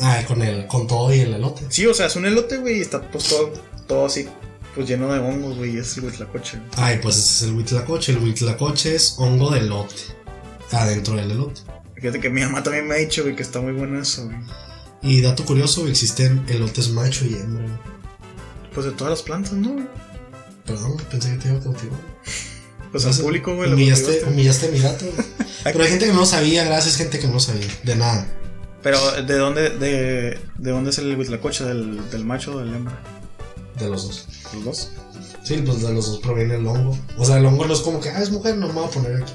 Speaker 2: Ah, con el, con todo y el elote.
Speaker 1: Sí, o sea, es un elote, güey, y está pues todo, todo así, pues lleno de hongos, güey, y es el huitlacoche. güey.
Speaker 2: Ay, pues ese es el huitlacoche. El huitlacoche es hongo de elote. Adentro del elote.
Speaker 1: Fíjate que mi mamá también me ha dicho, güey, que está muy bueno eso, güey.
Speaker 2: Y dato curioso, güey, existen elotes macho y hembra. güey.
Speaker 1: Pues de todas las plantas, ¿no? güey?
Speaker 2: Perdón, güey, pensé que te iba a cautivar.
Speaker 1: Pues al
Speaker 2: Entonces,
Speaker 1: público, güey, lo
Speaker 2: Humillaste,
Speaker 1: motivaste.
Speaker 2: humillaste a mi
Speaker 1: [laughs]
Speaker 2: gato. güey. Pero hay gente que no sabía, gracias, gente que no sabía. De nada.
Speaker 1: Pero, ¿de dónde, de, de dónde es el huitlacoche? ¿Del, del macho o del hembra?
Speaker 2: De los dos.
Speaker 1: ¿Los dos?
Speaker 2: Sí, pues de los dos proviene el hongo. O sea, el hongo no es como que, ah, es mujer, no me voy a poner aquí.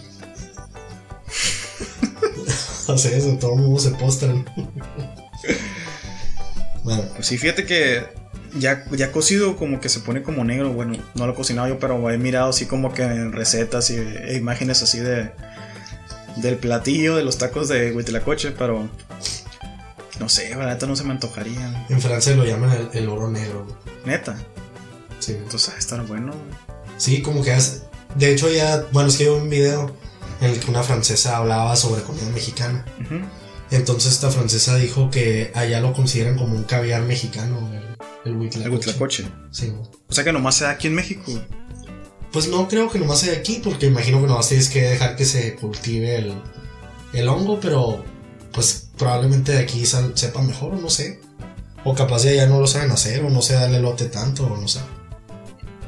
Speaker 2: [laughs] o sea, eso, todo el mundo se postra. [laughs] bueno,
Speaker 1: Pues sí, fíjate que ya, ya cocido como que se pone como negro, bueno, no lo he cocinado yo, pero he mirado así como que en recetas y e imágenes así de del platillo, de los tacos de huitlacoche, pero no sé, la neta no se me antojaría.
Speaker 2: en Francia lo llaman el, el oro negro. güey.
Speaker 1: Neta,
Speaker 2: Sí, güey.
Speaker 1: entonces ha de estar bueno.
Speaker 2: Sí, como que hace. De hecho, ya, bueno, es que yo vi un video en el que una francesa hablaba sobre comida mexicana.
Speaker 1: Ujú.
Speaker 2: Entonces, esta francesa dijo que allá lo consideran como un caviar mexicano, güey, el, el
Speaker 1: El
Speaker 2: huitlacoche.
Speaker 1: huitlacoche.
Speaker 2: Sí, güey.
Speaker 1: O sea que nomás se da aquí en México.
Speaker 2: Pues no creo que nomás sea aquí, porque imagino que nomás tienes que dejar que se cultive el, el hongo, pero pues probablemente de aquí sal- sepa mejor, o no sé. O capaz ya allá no lo saben hacer, o no se da el elote tanto, o no sé.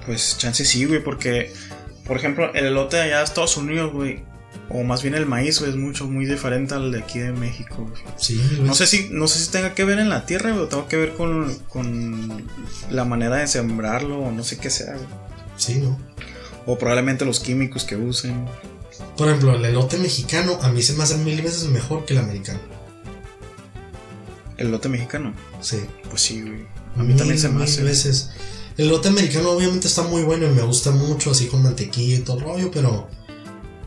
Speaker 1: Pues chance sí, güey, porque, por ejemplo, el elote de allá de Estados Unidos, güey, o más bien el maíz, güey, es mucho, muy diferente al de aquí de México, güey.
Speaker 2: Sí,
Speaker 1: No sé si, no sé si tenga que ver en la tierra, güey, o tengo que ver con, con la manera de sembrarlo, o no sé qué sea, güey.
Speaker 2: Sí, ¿no?
Speaker 1: O probablemente los químicos que usen.
Speaker 2: Por ejemplo, el elote mexicano a mí se me hace mil veces mejor que el americano.
Speaker 1: El lote mexicano.
Speaker 2: Sí.
Speaker 1: Pues sí, güey. A mí también se me hace.
Speaker 2: veces. El elote americano obviamente está muy bueno y me gusta mucho, así con mantequilla y todo el rollo, pero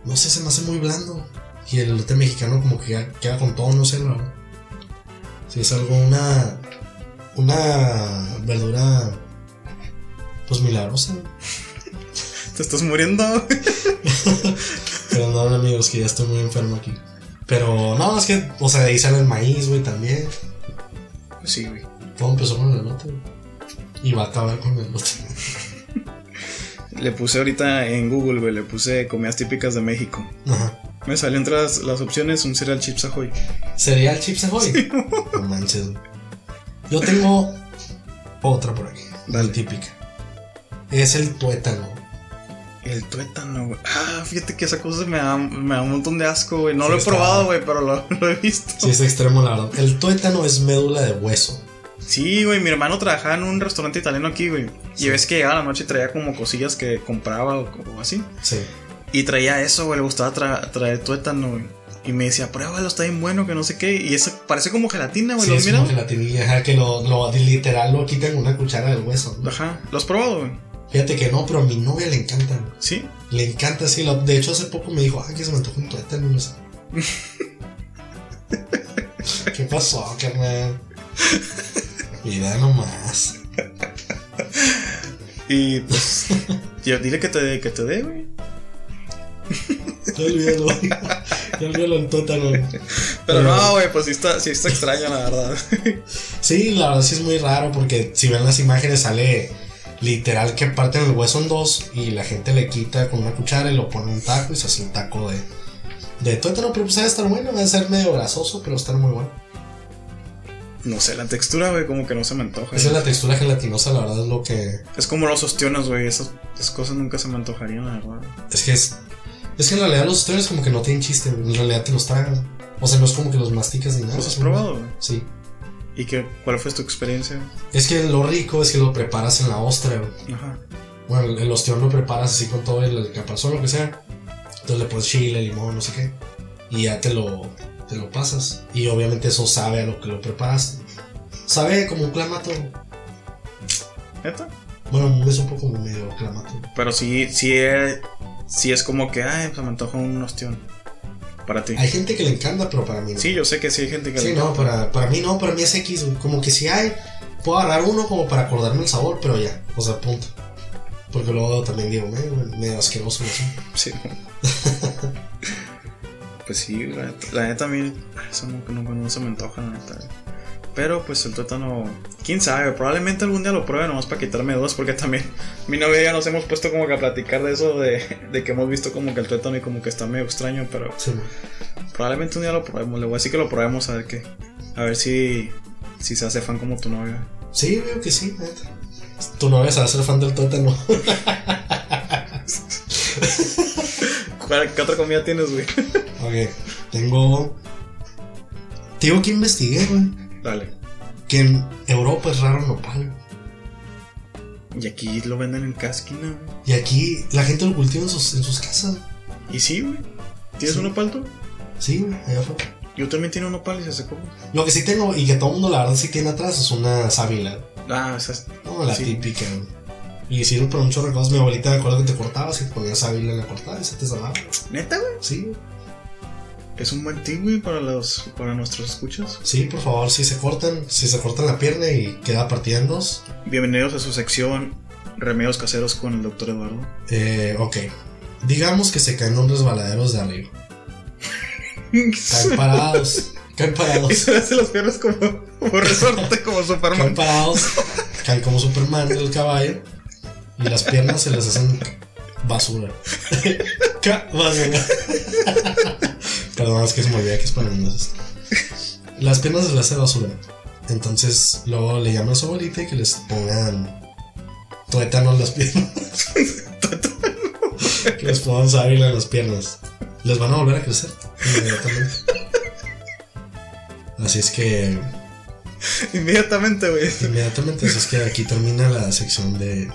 Speaker 2: no sé, se me hace muy blando. Y el elote mexicano como que ya queda con todo, no sé, la verdad. Si es algo, una, una verdura, pues milagrosa.
Speaker 1: Te estás muriendo.
Speaker 2: Pero no, amigos, que ya estoy muy enfermo aquí. Pero no, es que, o sea, de ahí sale el maíz, güey, también.
Speaker 1: Pues sí, güey.
Speaker 2: Todo empezó con el elote, güey. Y va a acabar con el elote.
Speaker 1: Le puse ahorita en Google, güey, le puse comidas típicas de México.
Speaker 2: [laughs] Ajá.
Speaker 1: Me salió entre las, las opciones un cereal chips ahoy.
Speaker 2: ¿Cereal Chips Ahoy? [laughs] No manches. güey. Yo tengo otra por aquí. La
Speaker 1: Dale.
Speaker 2: típica. Es el tuétano.
Speaker 1: El tuétano, güey. Ah, fíjate que esa cosa me da, me da un montón de asco, güey. No
Speaker 2: Sí,
Speaker 1: lo he
Speaker 2: está-
Speaker 1: probado, güey, pero lo, [laughs] lo he visto.
Speaker 2: Sí, es extremo, la verdad. El tuétano es médula de hueso.
Speaker 1: Sí, güey, mi hermano trabajaba en un restaurante italiano aquí, güey.
Speaker 2: Sí.
Speaker 1: Y ves que llegaba la noche y traía como cosillas que compraba o, o así.
Speaker 2: Sí.
Speaker 1: Y traía eso, güey, le gustaba tra- traer tuétano, güey. Y me decía, pruébalo, está bien bueno, que no sé qué. Y eso parece como gelatina, güey.
Speaker 2: Sí,
Speaker 1: ¿lo
Speaker 2: es
Speaker 1: mira?
Speaker 2: como gelatinilla, ajá, que lo, lo- literal lo quitan con una cuchara del hueso. ¿no?
Speaker 1: Ajá, ¿lo has probado, güey?
Speaker 2: Fíjate que no, pero a mi novia le encanta. güey.
Speaker 1: Sí.
Speaker 2: Le encanta, sí. la- de hecho, hace poco me dijo, ah, que se me antojó un tuétano. [laughs] no sé. ¿Qué pasó, carnal? Mira nomás.
Speaker 1: Y [laughs] pues, yo- dile que te, que te dé, güey.
Speaker 2: Ya olvídalo. Ya olvídalo en tuétano.
Speaker 1: Pero
Speaker 2: Eh.
Speaker 1: no, güey, pues sí está, sí está extraño, la verdad.
Speaker 2: Sí, la verdad sí es muy raro porque si ven las imágenes sale literal que parten el hueso en dos y la gente le quita con una cuchara y lo pone en un taco y se hace un taco de, de tuétano. Pero pues debe estar bueno, debe ser medio grasoso, pero estar muy bueno.
Speaker 1: [laughs] No sé, la textura, güey, como que no se me antoja.
Speaker 2: Esa es
Speaker 1: güey.
Speaker 2: la textura gelatinosa, la verdad es lo que...
Speaker 1: Es como los ostiones, güey. Esas, esas cosas nunca se me antojarían, la verdad.
Speaker 2: Es que es... Es que en realidad los ustedes como que no tienen chiste, en realidad te los tragas. O sea, no es como que los masticas ni nada.
Speaker 1: ¿Los has
Speaker 2: son-
Speaker 1: probado, güey?
Speaker 2: Sí.
Speaker 1: ¿Y qué, cuál fue tu experiencia?
Speaker 2: Es que lo rico es que lo preparas en la ostra, güey.
Speaker 1: Ajá.
Speaker 2: Bueno, el- el ostión lo preparas así con todo el, el capazón, lo que sea. Entonces le pones chile, limón, no sé qué. Y ya te lo, te lo pasas. Y obviamente eso sabe a lo que lo preparaste. Sabe como un clamato.
Speaker 1: ¿Neta?
Speaker 2: Bueno, es un poco como medio clamato.
Speaker 1: Pero sí, sí, es, sí es como que, ay, se me antoja un ostión. Para ti.
Speaker 2: Hay gente que le encanta, pero para mí no.
Speaker 1: Sí, yo sé que sí hay gente que
Speaker 2: Sí,
Speaker 1: le
Speaker 2: no,
Speaker 1: encanta.
Speaker 2: para, para mí no, para mí es X. güey. Como que si hay, puedo agarrar uno como para acordarme el sabor, pero ya. O sea, punto. Porque luego también digo, "Eh, güey, medio asqueroso. así".
Speaker 1: [laughs]
Speaker 2: [laughs]
Speaker 1: Sí. pues sí, la, neta- la neta a mí ah, eso no, no- no se me antoja, la neta. Pero pues el tuétano, quién sabe, probablemente algún día lo pruebe nomás para quitarme dudas, porque también [laughs] mi novia y yo nos hemos puesto como que a platicar de eso, de, de que hemos visto como que el tuétano y como que está medio extraño, pero
Speaker 2: Sí, güey.
Speaker 1: probablemente un día lo probemos, le voy a decir que lo probemos a ver qué, a ver si, si se hace fan como tu novia.
Speaker 2: Sí, veo que sí, neta. Tu novia se va a hacer fan del tuétano. [laughs]
Speaker 1: ¿Cuál- ¿Qué otra comida tienes, güey?
Speaker 2: ok, tengo. Te digo que investigué, güey.
Speaker 1: Dale.
Speaker 2: Que en Europa es raro el nopal.
Speaker 1: Y aquí lo venden en casquina, güey.
Speaker 2: Y aquí la gente lo cultiva en sus, en sus casas.
Speaker 1: Y sí, güey. ¿Tienes
Speaker 2: Sí.
Speaker 1: un nopal tú?
Speaker 2: Sí, güey, allá afuera.
Speaker 1: Yo también tiene un nopal y se secó.
Speaker 2: Lo que sí tengo, y que todo el mundo la verdad sí tiene atrás, es una sábila.
Speaker 1: Ah, o sea, es-
Speaker 2: No, la
Speaker 1: Sí.
Speaker 2: típica, güey. Y sirve para un chorro de cosas. Mi abuelita me acuerdo que te cortabas y te ponías sábila en la cortada y se te salaba.
Speaker 1: neta, güey.
Speaker 2: Sí, güey.
Speaker 1: Es un buen tip, güey, para, los, para nuestros escuchas.
Speaker 2: sí, por favor, si se cortan, si se cortan la pierna y queda partida en dos,
Speaker 1: Bienvenidos a su sección Remedios Caseros con el doctor Eduardo.
Speaker 2: Eh, ok. Digamos que se caen unos resbaladeros de arriba. Caen parados. [laughs]
Speaker 1: [laughs]
Speaker 2: Caen
Speaker 1: y
Speaker 2: parados.
Speaker 1: se le hace las piernas como, como resorte, como
Speaker 2: Caen [laughs]
Speaker 1: Superman.
Speaker 2: parados. Caen como Superman del caballo. Y las piernas se les hacen [laughs] basura. Ca- basura. Perdón, es que se me olvida que es para niños. esto. Las piernas se les hace basura. Entonces, luego le llaman a su abuelita y que les pongan tuétanos las piernas. [laughs] que les pongan sábila en las piernas. Les van a volver a crecer inmediatamente. Así es que
Speaker 1: Inmediatamente, güey.
Speaker 2: Inmediatamente, así es que aquí termina la sección de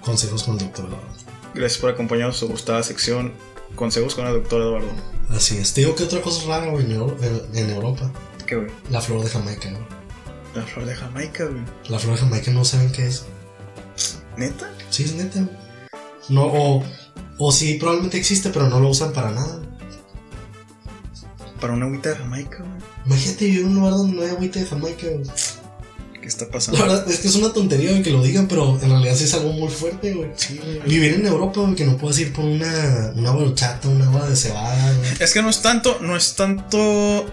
Speaker 2: consejos con el doctor Eduardo.
Speaker 1: Gracias por acompañarnos a su gustada sección Consejos con el doctor Eduardo.
Speaker 2: Así es. Te digo que otra cosa rara güey, en, Euro- en- en Europa,
Speaker 1: ¿Qué, güey?
Speaker 2: la flor de Jamaica. güey.
Speaker 1: La flor de Jamaica, güey.
Speaker 2: La flor de Jamaica no saben qué es.
Speaker 1: ¿Neta?
Speaker 2: Sí, es neta. güey. No, o, O sí, probablemente existe, pero no lo usan para nada.
Speaker 1: Para una agüita de Jamaica, güey.
Speaker 2: Imagínate vivir en un lugar donde no hay agüita de Jamaica. güey.
Speaker 1: ¿Qué está
Speaker 2: La
Speaker 1: pasando?
Speaker 2: verdad es que es una tontería güey, que lo digan, pero en realidad sí es algo muy fuerte, güey.
Speaker 1: Sí, güey.
Speaker 2: Vivir en Europa, güey, que no puedas ir por una, una horchata, una agua de cebada, güey.
Speaker 1: Es que no es tanto, no es tanto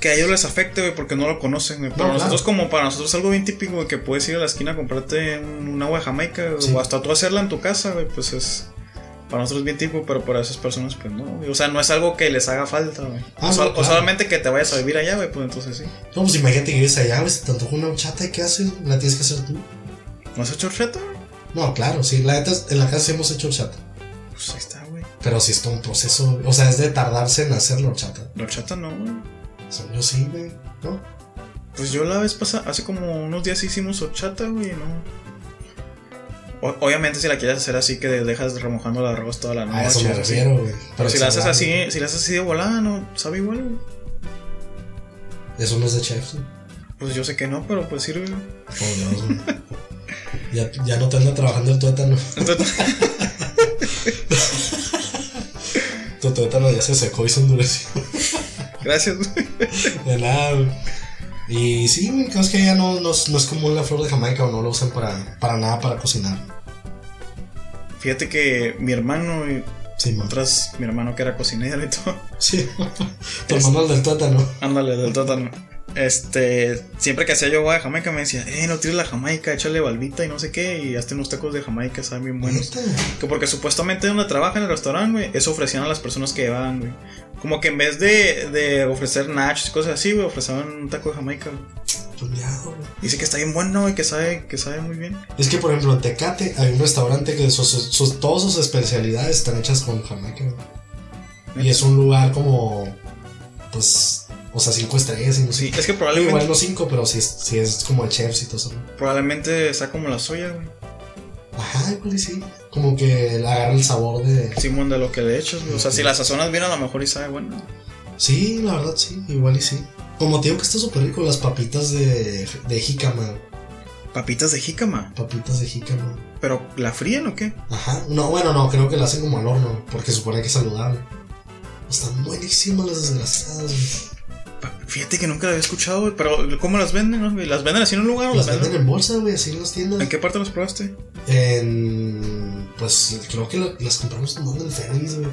Speaker 1: que a ellos les afecte, güey, porque no lo conocen, güey. Para
Speaker 2: No,
Speaker 1: nosotros, como para nosotros es algo bien típico, güey, que puedes ir a la esquina a comprarte un, un agua de Jamaica, güey,
Speaker 2: Sí.
Speaker 1: o hasta tú hacerla en tu casa, güey, pues es. Para nosotros es bien típico, pero para esas personas, pues no. güey. O sea, no es algo que les haga falta, güey.
Speaker 2: Ah,
Speaker 1: o,
Speaker 2: no,
Speaker 1: sol- o
Speaker 2: claro.
Speaker 1: solamente que te vayas a vivir allá, güey, pues entonces sí.
Speaker 2: No, pues imagínate que vives allá, güey, se te antoja una horchata, ¿y qué haces? La tienes que hacer tú.
Speaker 1: ¿No has hecho horchata, güey?
Speaker 2: No, claro, sí, la neta, en la casa sí hemos hecho horchata.
Speaker 1: Pues ahí está, güey.
Speaker 2: Pero sí es todo un proceso, güey. o sea, es de tardarse en hacer la horchata.
Speaker 1: La horchata no, güey.
Speaker 2: Según yo sí, güey, ¿no?
Speaker 1: Pues yo la vez pasada, hace como unos días hicimos horchata, güey, ¿no? O- obviamente si la quieres hacer así que dejas remojando el arroz toda la noche.
Speaker 2: A Ah, eso me
Speaker 1: así.
Speaker 2: refiero, güey.
Speaker 1: Pero si la haces
Speaker 2: chaval,
Speaker 1: así,
Speaker 2: güey,
Speaker 1: si la haces así de volada, no sabe igual, güey. ¿eh?
Speaker 2: Eso no es de chef, güey.
Speaker 1: Pues yo sé que no, pero pues sirve. [laughs] güey.
Speaker 2: Oh, Dios, güey.
Speaker 1: [laughs]
Speaker 2: ya, ya no te anda trabajando el tuétano.
Speaker 1: Entonces,
Speaker 2: Tu tuétano ya se secó y se endureció. [laughs]
Speaker 1: gracias, güey.
Speaker 2: De nada, güey. Y sí, güey, creo que ya no, no, es- no es común la flor de Jamaica o no lo usan para, para nada para cocinar.
Speaker 1: Fíjate que mi hermano y
Speaker 2: Sí, man.
Speaker 1: otras, mi hermano que era cocinero y todo. [laughs]
Speaker 2: Sí. [laughs] Tu hermano el del tuétano.
Speaker 1: Ándale, del tátano. Este, siempre que hacía yo agua de Jamaica me decía, eh, no tires la Jamaica, échale balbita y no sé qué, y hazte unos tacos de Jamaica, saben bien buenos.
Speaker 2: Neta.
Speaker 1: Que porque supuestamente donde trabaja en el restaurante, güey, eso ofrecían a las personas que llevaban, güey. Como que en vez de, de ofrecer nachos y cosas así, güey, ofrecían un taco de Jamaica, güey.
Speaker 2: Tuneado, güey.
Speaker 1: Dice que está bien bueno y que sabe, que sabe muy bien.
Speaker 2: Es que, por ejemplo, en Tecate hay un restaurante que sus, sus- sus- todas sus especialidades están hechas con Jamaica. güey. Y es un lugar como, pues, o sea, cinco estrellas y no sé.
Speaker 1: Sí, es que
Speaker 2: Igual
Speaker 1: probablemente,
Speaker 2: no cinco, pero sí, es- sí es como de chefs y todo eso. ¿no?
Speaker 1: probablemente sea como la soya, güey.
Speaker 2: Ajá, igual y sí. Como que le agarra el sabor de...
Speaker 1: Simón de lo que le echas, güey. O sea, si la sazonas bien a lo mejor y sabe bueno.
Speaker 2: Sí, la verdad sí, igual y sí. Como te digo que está súper rico las papitas de, de jícama.
Speaker 1: Papitas de jícama.
Speaker 2: Papitas de jícama.
Speaker 1: ¿Pero la fríen o qué?
Speaker 2: Ajá. No, bueno, no, creo que la hacen como al horno, porque supone que es saludable. Están buenísimas las desgraciadas, güey.
Speaker 1: Pa- Fíjate que nunca la había escuchado, güey. Pero ¿cómo las venden? no? ¿Las venden así en un lugar o
Speaker 2: Las
Speaker 1: las
Speaker 2: venden
Speaker 1: venden?
Speaker 2: en bolsa, güey, así en las tiendas.
Speaker 1: ¿En qué parte las probaste?
Speaker 2: En. Pues creo que lo- las compramos tomando en Ferris, güey.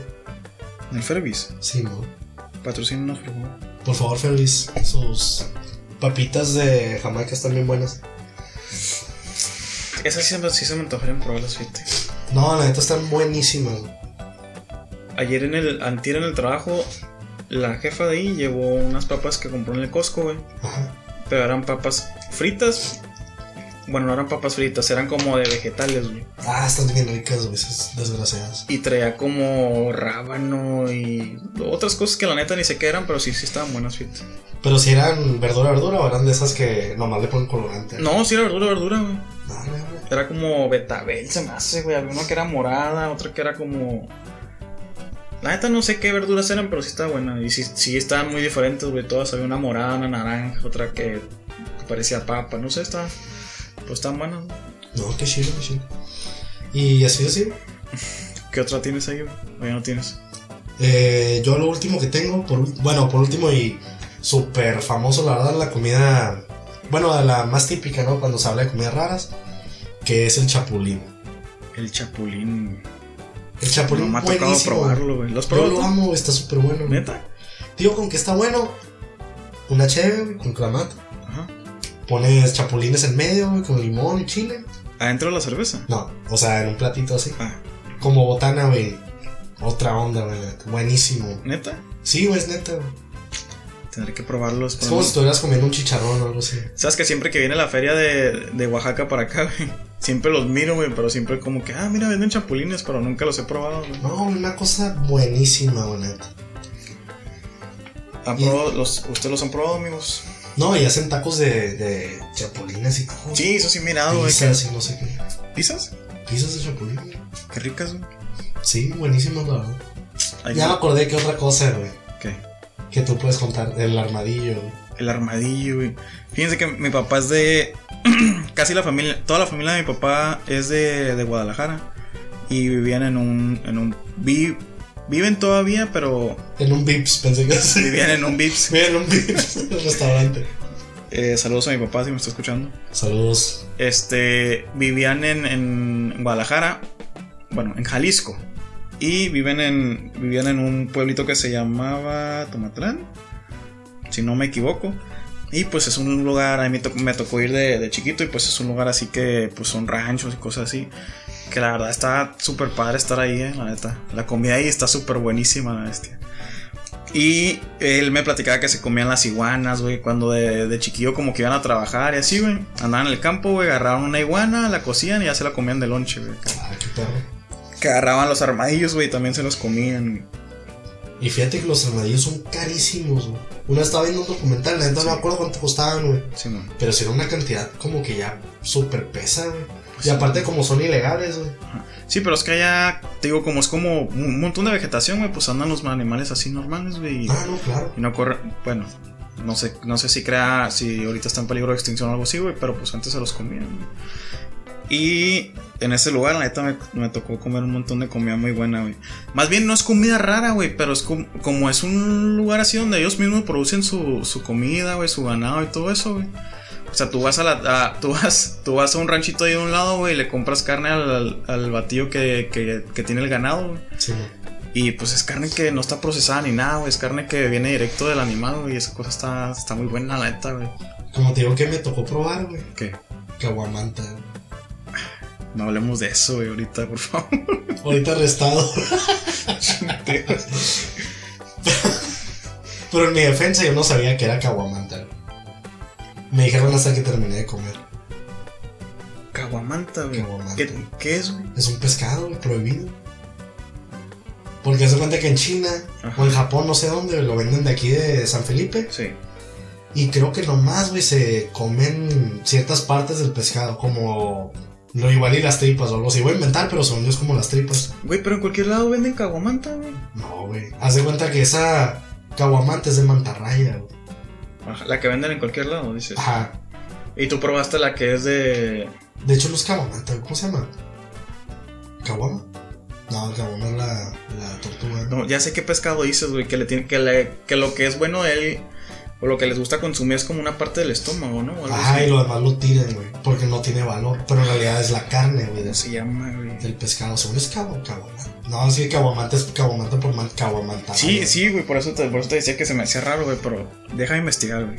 Speaker 1: En el Fervis.
Speaker 2: Sí, ¿no?
Speaker 1: Patrocínanos, por favor.
Speaker 2: Por favor, Ferris, sus papitas de Jamaica están bien buenas.
Speaker 1: Esas sí, se me- sí se me antojarían probarlas, fíjate.
Speaker 2: No, la neta están buenísimas. güey.
Speaker 1: Ayer en el, antier en el trabajo, la jefa de ahí llevó unas papas que compró en el Costco, güey.
Speaker 2: Ajá.
Speaker 1: Pero eran papas fritas. Bueno, no eran papas fritas, eran como de vegetales, güey.
Speaker 2: Ah, están bien ricas, güey, esas desgraciadas.
Speaker 1: Y traía como rábano y otras cosas que la neta ni sé qué eran, pero sí, sí estaban buenas, fíjate.
Speaker 2: Pero si eran verdura, verdura o eran de esas que nomás le ponen colorante.
Speaker 1: No, sí era verdura, verdura, güey.
Speaker 2: No, no, no.
Speaker 1: Era como betabel, se me hace, güey. Había una que era morada, otra que era como. La neta no sé qué verduras eran, pero sí estaba buena. Y sí, sí estaban muy diferentes, güey. Todas había una morada, una naranja, otra que parecía papa. No sé, está. Pues están buenas. güey.
Speaker 2: No, qué chido, qué chido. Y así, así.
Speaker 1: ¿Qué otra tienes ahí, güey? O ya no tienes.
Speaker 2: Eh, yo lo último que tengo, por, ul- bueno, por último y súper famoso, la verdad, la comida, bueno, la más típica, ¿no? Cuando se habla de comidas raras, que es el chapulín.
Speaker 1: El chapulín.
Speaker 2: El
Speaker 1: No
Speaker 2: chapulín
Speaker 1: me ha tocado
Speaker 2: buenísimo.
Speaker 1: probarlo, güey. ¿Los
Speaker 2: Yo lo
Speaker 1: probado?
Speaker 2: amo, está súper bueno. güey.
Speaker 1: ¿Neta?
Speaker 2: Digo, con que está bueno, una cheve, güey, con clamato.
Speaker 1: Ajá.
Speaker 2: Pones chapulines en medio, güey, con limón y chile.
Speaker 1: ¿Adentro de la cerveza?
Speaker 2: No, o sea, en un platito así.
Speaker 1: Ah,
Speaker 2: Como botana, güey. Otra onda, güey. Buenísimo.
Speaker 1: ¿neta?
Speaker 2: Sí, güey, es neta, güey.
Speaker 1: Tendré que probarlos.
Speaker 2: Es como si estuvieras comiendo un chicharrón o algo así.
Speaker 1: Sabes que siempre que viene la feria de, de Oaxaca para acá, güey, siempre los miro, güey, pero siempre como que, ah, mira, venden chapulines, pero nunca los he probado, güey.
Speaker 2: No, una cosa buenísima, güey, neta.
Speaker 1: ¿Han
Speaker 2: Y-
Speaker 1: probado los, ¿Ustedes los han probado, amigos?
Speaker 2: No, y hacen tacos de, de chapulines y todo.
Speaker 1: Sí, eso sí he mirado, güey. que-
Speaker 2: Pizzas y no sé qué.
Speaker 1: ¿Pizzas?
Speaker 2: Pizzas de chapulín.
Speaker 1: Qué ricas, güey.
Speaker 2: Sí, buenísimas, la verdad.
Speaker 1: Ay,
Speaker 2: Ya me acordé que otra cosa, güey.
Speaker 1: ¿Qué?
Speaker 2: Que tú puedes contar, el armadillo. güey.
Speaker 1: El armadillo, güey. Fíjense que mi papá [clears throat] es de... Casi la familia, toda la familia de mi papá es de, de Guadalajara. y vivían en un, en un vi- viven todavía, pero
Speaker 2: En un Vips, pensé que sí. [laughs]
Speaker 1: vivían en un Vips.
Speaker 2: Mira, en un Vips, [laughs] en un restaurante.
Speaker 1: Eh, saludos a mi papá si me está escuchando.
Speaker 2: Saludos.
Speaker 1: Este, vivían en, en Guadalajara, bueno, en Jalisco. Y viven en, vivían en un pueblito que se llamaba Tomatlán, si no me equivoco. Y pues es un lugar, a mí to- me tocó ir de, de chiquito y pues es un lugar así que pues son ranchos y cosas así. Que la verdad está súper padre estar ahí, eh, la neta. La comida ahí está súper buenísima, la bestia. Y él me platicaba que se comían las iguanas, güey, cuando de, de chiquillo como que iban a trabajar y así, güey. Andaban en el campo, güey, agarraban una iguana, la cocían y ya se la comían de lonche, güey.
Speaker 2: Ah, qué perro.
Speaker 1: Que agarraban los armadillos, güey, y también se los comían. güey.
Speaker 2: Y fíjate que los armadillos son carísimos, güey. Una estaba viendo un documental, la neta no me acuerdo cuánto costaban, güey.
Speaker 1: Sí, man.
Speaker 2: Pero si era una cantidad como que ya súper pesa, güey.
Speaker 1: Pues
Speaker 2: Y aparte, como son ilegales, güey.
Speaker 1: Sí, pero es que allá, te digo, como es como un montón de vegetación, güey, pues andan los animales así normales, güey. y-
Speaker 2: Ah, no, claro.
Speaker 1: Y no corre, bueno, no sé, no sé si crea, si ahorita está en peligro de extinción o algo así, güey, pero pues antes se los comían. güey. Y en ese lugar, la neta, me, me tocó comer un montón de comida muy buena, güey. Más bien no es comida rara, güey, pero es com- como es un lugar así donde ellos mismos producen su, su comida, güey, su ganado y todo eso, güey. O sea, tú vas a la, a- tú vas, tú vas a un ranchito ahí de un lado, güey, y le compras carne al, al, al batillo que, que, que tiene el ganado, güey.
Speaker 2: Sí, güey.
Speaker 1: Y pues es carne que no está procesada ni nada, güey. Es carne que viene directo del animal, güey. Y esa cosa está, está muy buena, la neta, güey.
Speaker 2: Como te digo que me tocó probar, güey.
Speaker 1: Que
Speaker 2: Caguamanta, güey.
Speaker 1: no hablemos de eso, güey, ahorita, por favor.
Speaker 2: Ahorita arrestado. Pero en mi defensa yo no sabía que era caguamanta, güey. Me dijeron hasta que terminé de comer.
Speaker 1: Caguamanta, güey.
Speaker 2: [laughs] Caguamanta.
Speaker 1: ¿Qué, qué es, güey?
Speaker 2: Es un pescado güey, prohibido. Porque hace cuenta que en China
Speaker 1: Ajá.
Speaker 2: o en Japón, no sé dónde, lo venden de aquí de San Felipe.
Speaker 1: Sí.
Speaker 2: Y creo que nomás, güey, se comen ciertas partes del pescado, como lo igual y las tripas o algo así. Voy a inventar, pero son es como las tripas.
Speaker 1: Güey, pero en cualquier lado venden caguamanta, güey.
Speaker 2: No, güey. Haz de cuenta que esa caguamante es de mantarraya, güey.
Speaker 1: Ajá, La que venden en cualquier lado, dices.
Speaker 2: Ajá.
Speaker 1: Y tú probaste la que es de.
Speaker 2: De hecho, los caguamantes, ¿cómo se llama? ¿Caguama? No, el caguama es la, la tortuga.
Speaker 1: No, ya sé qué pescado dices, güey. Que, le tiene, que, le, que lo que es bueno de él. O lo que les gusta consumir es como una parte del estómago, ¿no? O algo
Speaker 2: Ajá, y
Speaker 1: así.
Speaker 2: lo demás lo tiran, güey. Porque no tiene valor. Pero en realidad es la carne, güey,
Speaker 1: ¿Cómo
Speaker 2: del,
Speaker 1: se llama, güey?
Speaker 2: del pescado. Según es cabo, caguamante. No, es que caguamante es caguamante por man, caguamanta.
Speaker 1: Sí, sí, güey, por eso, te, por eso te decía que se me hacía raro, güey, pero deja de investigar, güey.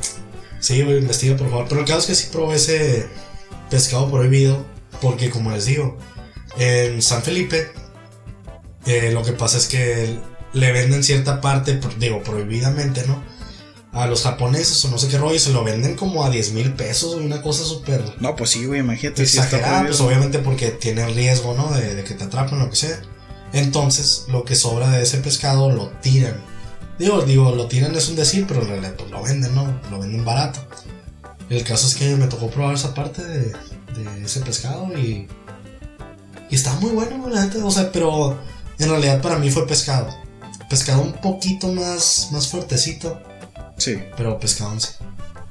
Speaker 2: Sí, güey, investiga por favor. Pero el caso es que sí probé ese pescado prohibido. Porque, como les digo, en San Felipe, eh, lo que pasa es que le venden cierta parte, pro- digo, prohibidamente, ¿no? A los japoneses o no sé qué rollo, y se lo venden como a 10 mil pesos, güey, una cosa súper
Speaker 1: No, pues sí, güey, imagínate si está
Speaker 2: exagerada, pues
Speaker 1: prohibido.
Speaker 2: obviamente porque tiene riesgo, ¿no? De, de que te atrapen, lo que sea. Entonces, lo que sobra de ese pescado lo tiran. Digo, digo, lo tiran es un decir, pero en realidad pues, lo venden, ¿no? Lo venden barato. El caso es que me tocó probar esa parte de, de ese pescado y. Y está muy bueno, la neta. O sea, pero en realidad para mí fue pescado. Pescado un poquito más, más fuertecito, pues,
Speaker 1: Sí.
Speaker 2: pero pescado en sí.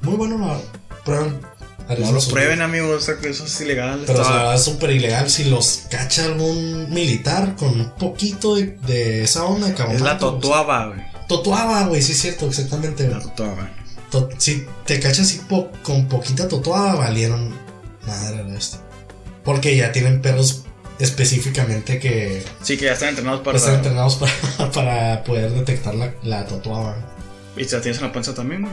Speaker 2: Muy bueno, la Prueben.
Speaker 1: No lo
Speaker 2: Arriesguen su-
Speaker 1: prueben, amigos, o sea, que eso es ilegal.
Speaker 2: pero
Speaker 1: Estaba-
Speaker 2: la verdad es súper ilegal si los cacha algún militar con un poquito de, de esa onda de
Speaker 1: es la
Speaker 2: caguamanta,
Speaker 1: totuaba, güey.
Speaker 2: pues. Totuaba, güey, sí es cierto, exactamente.
Speaker 1: La
Speaker 2: güey.
Speaker 1: totuaba.
Speaker 2: To- si te cachas así po- con poquita totuaba, valieron madre de esto. Porque ya tienen perros específicamente que
Speaker 1: Sí, que ya están entrenados para.
Speaker 2: están entrenados para, [laughs] para poder detectar la, la totuaba.
Speaker 1: Y te la tienes en la panza también, güey.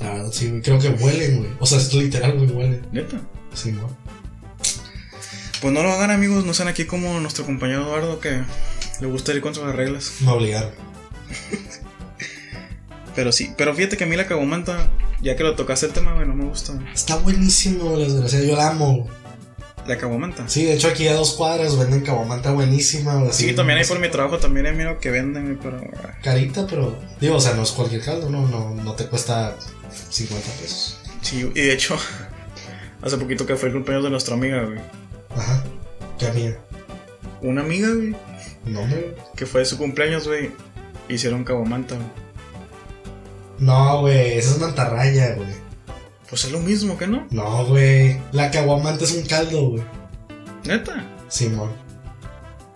Speaker 2: La verdad, sí, güey, creo que huelen, güey. O sea, es literal, güey, huelen.
Speaker 1: Neta.
Speaker 2: Sí, ¿no?
Speaker 1: Pues no lo hagan, amigos, no sean aquí como nuestro compañero Eduardo que le gusta ir con sus reglas.
Speaker 2: Me obligaron.
Speaker 1: Pero sí, pero fíjate que a mí la cagomanta, ya que lo tocaste el tema, güey, no me gusta. güey.
Speaker 2: Está buenísimo, la desgracia. Yo la amo, güey.
Speaker 1: La cagomanta.
Speaker 2: Sí, de hecho aquí a dos cuadras venden caguamanta buenísima. güey,
Speaker 1: Sí,
Speaker 2: así,
Speaker 1: también ahí por mi trabajo también he mirado que venden, güey, pero. ay,
Speaker 2: Carita, pero... Digo, o sea, no es cualquier caldo, no, no, no te cuesta 50 pesos.
Speaker 1: Sí, y de hecho, [laughs] hace poquito que fue el cumpleaños de nuestra amiga, güey.
Speaker 2: Ajá, ya mía.
Speaker 1: Una amiga, güey,
Speaker 2: No, hombre.
Speaker 1: que fue de su cumpleaños, güey, hicieron cabomanta, güey.
Speaker 2: No, güey, esa es mantarraya, güey.
Speaker 1: Pues es lo mismo, ¿qué no?
Speaker 2: No, güey. La caguamanta es un caldo, güey.
Speaker 1: Neta.
Speaker 2: Simón.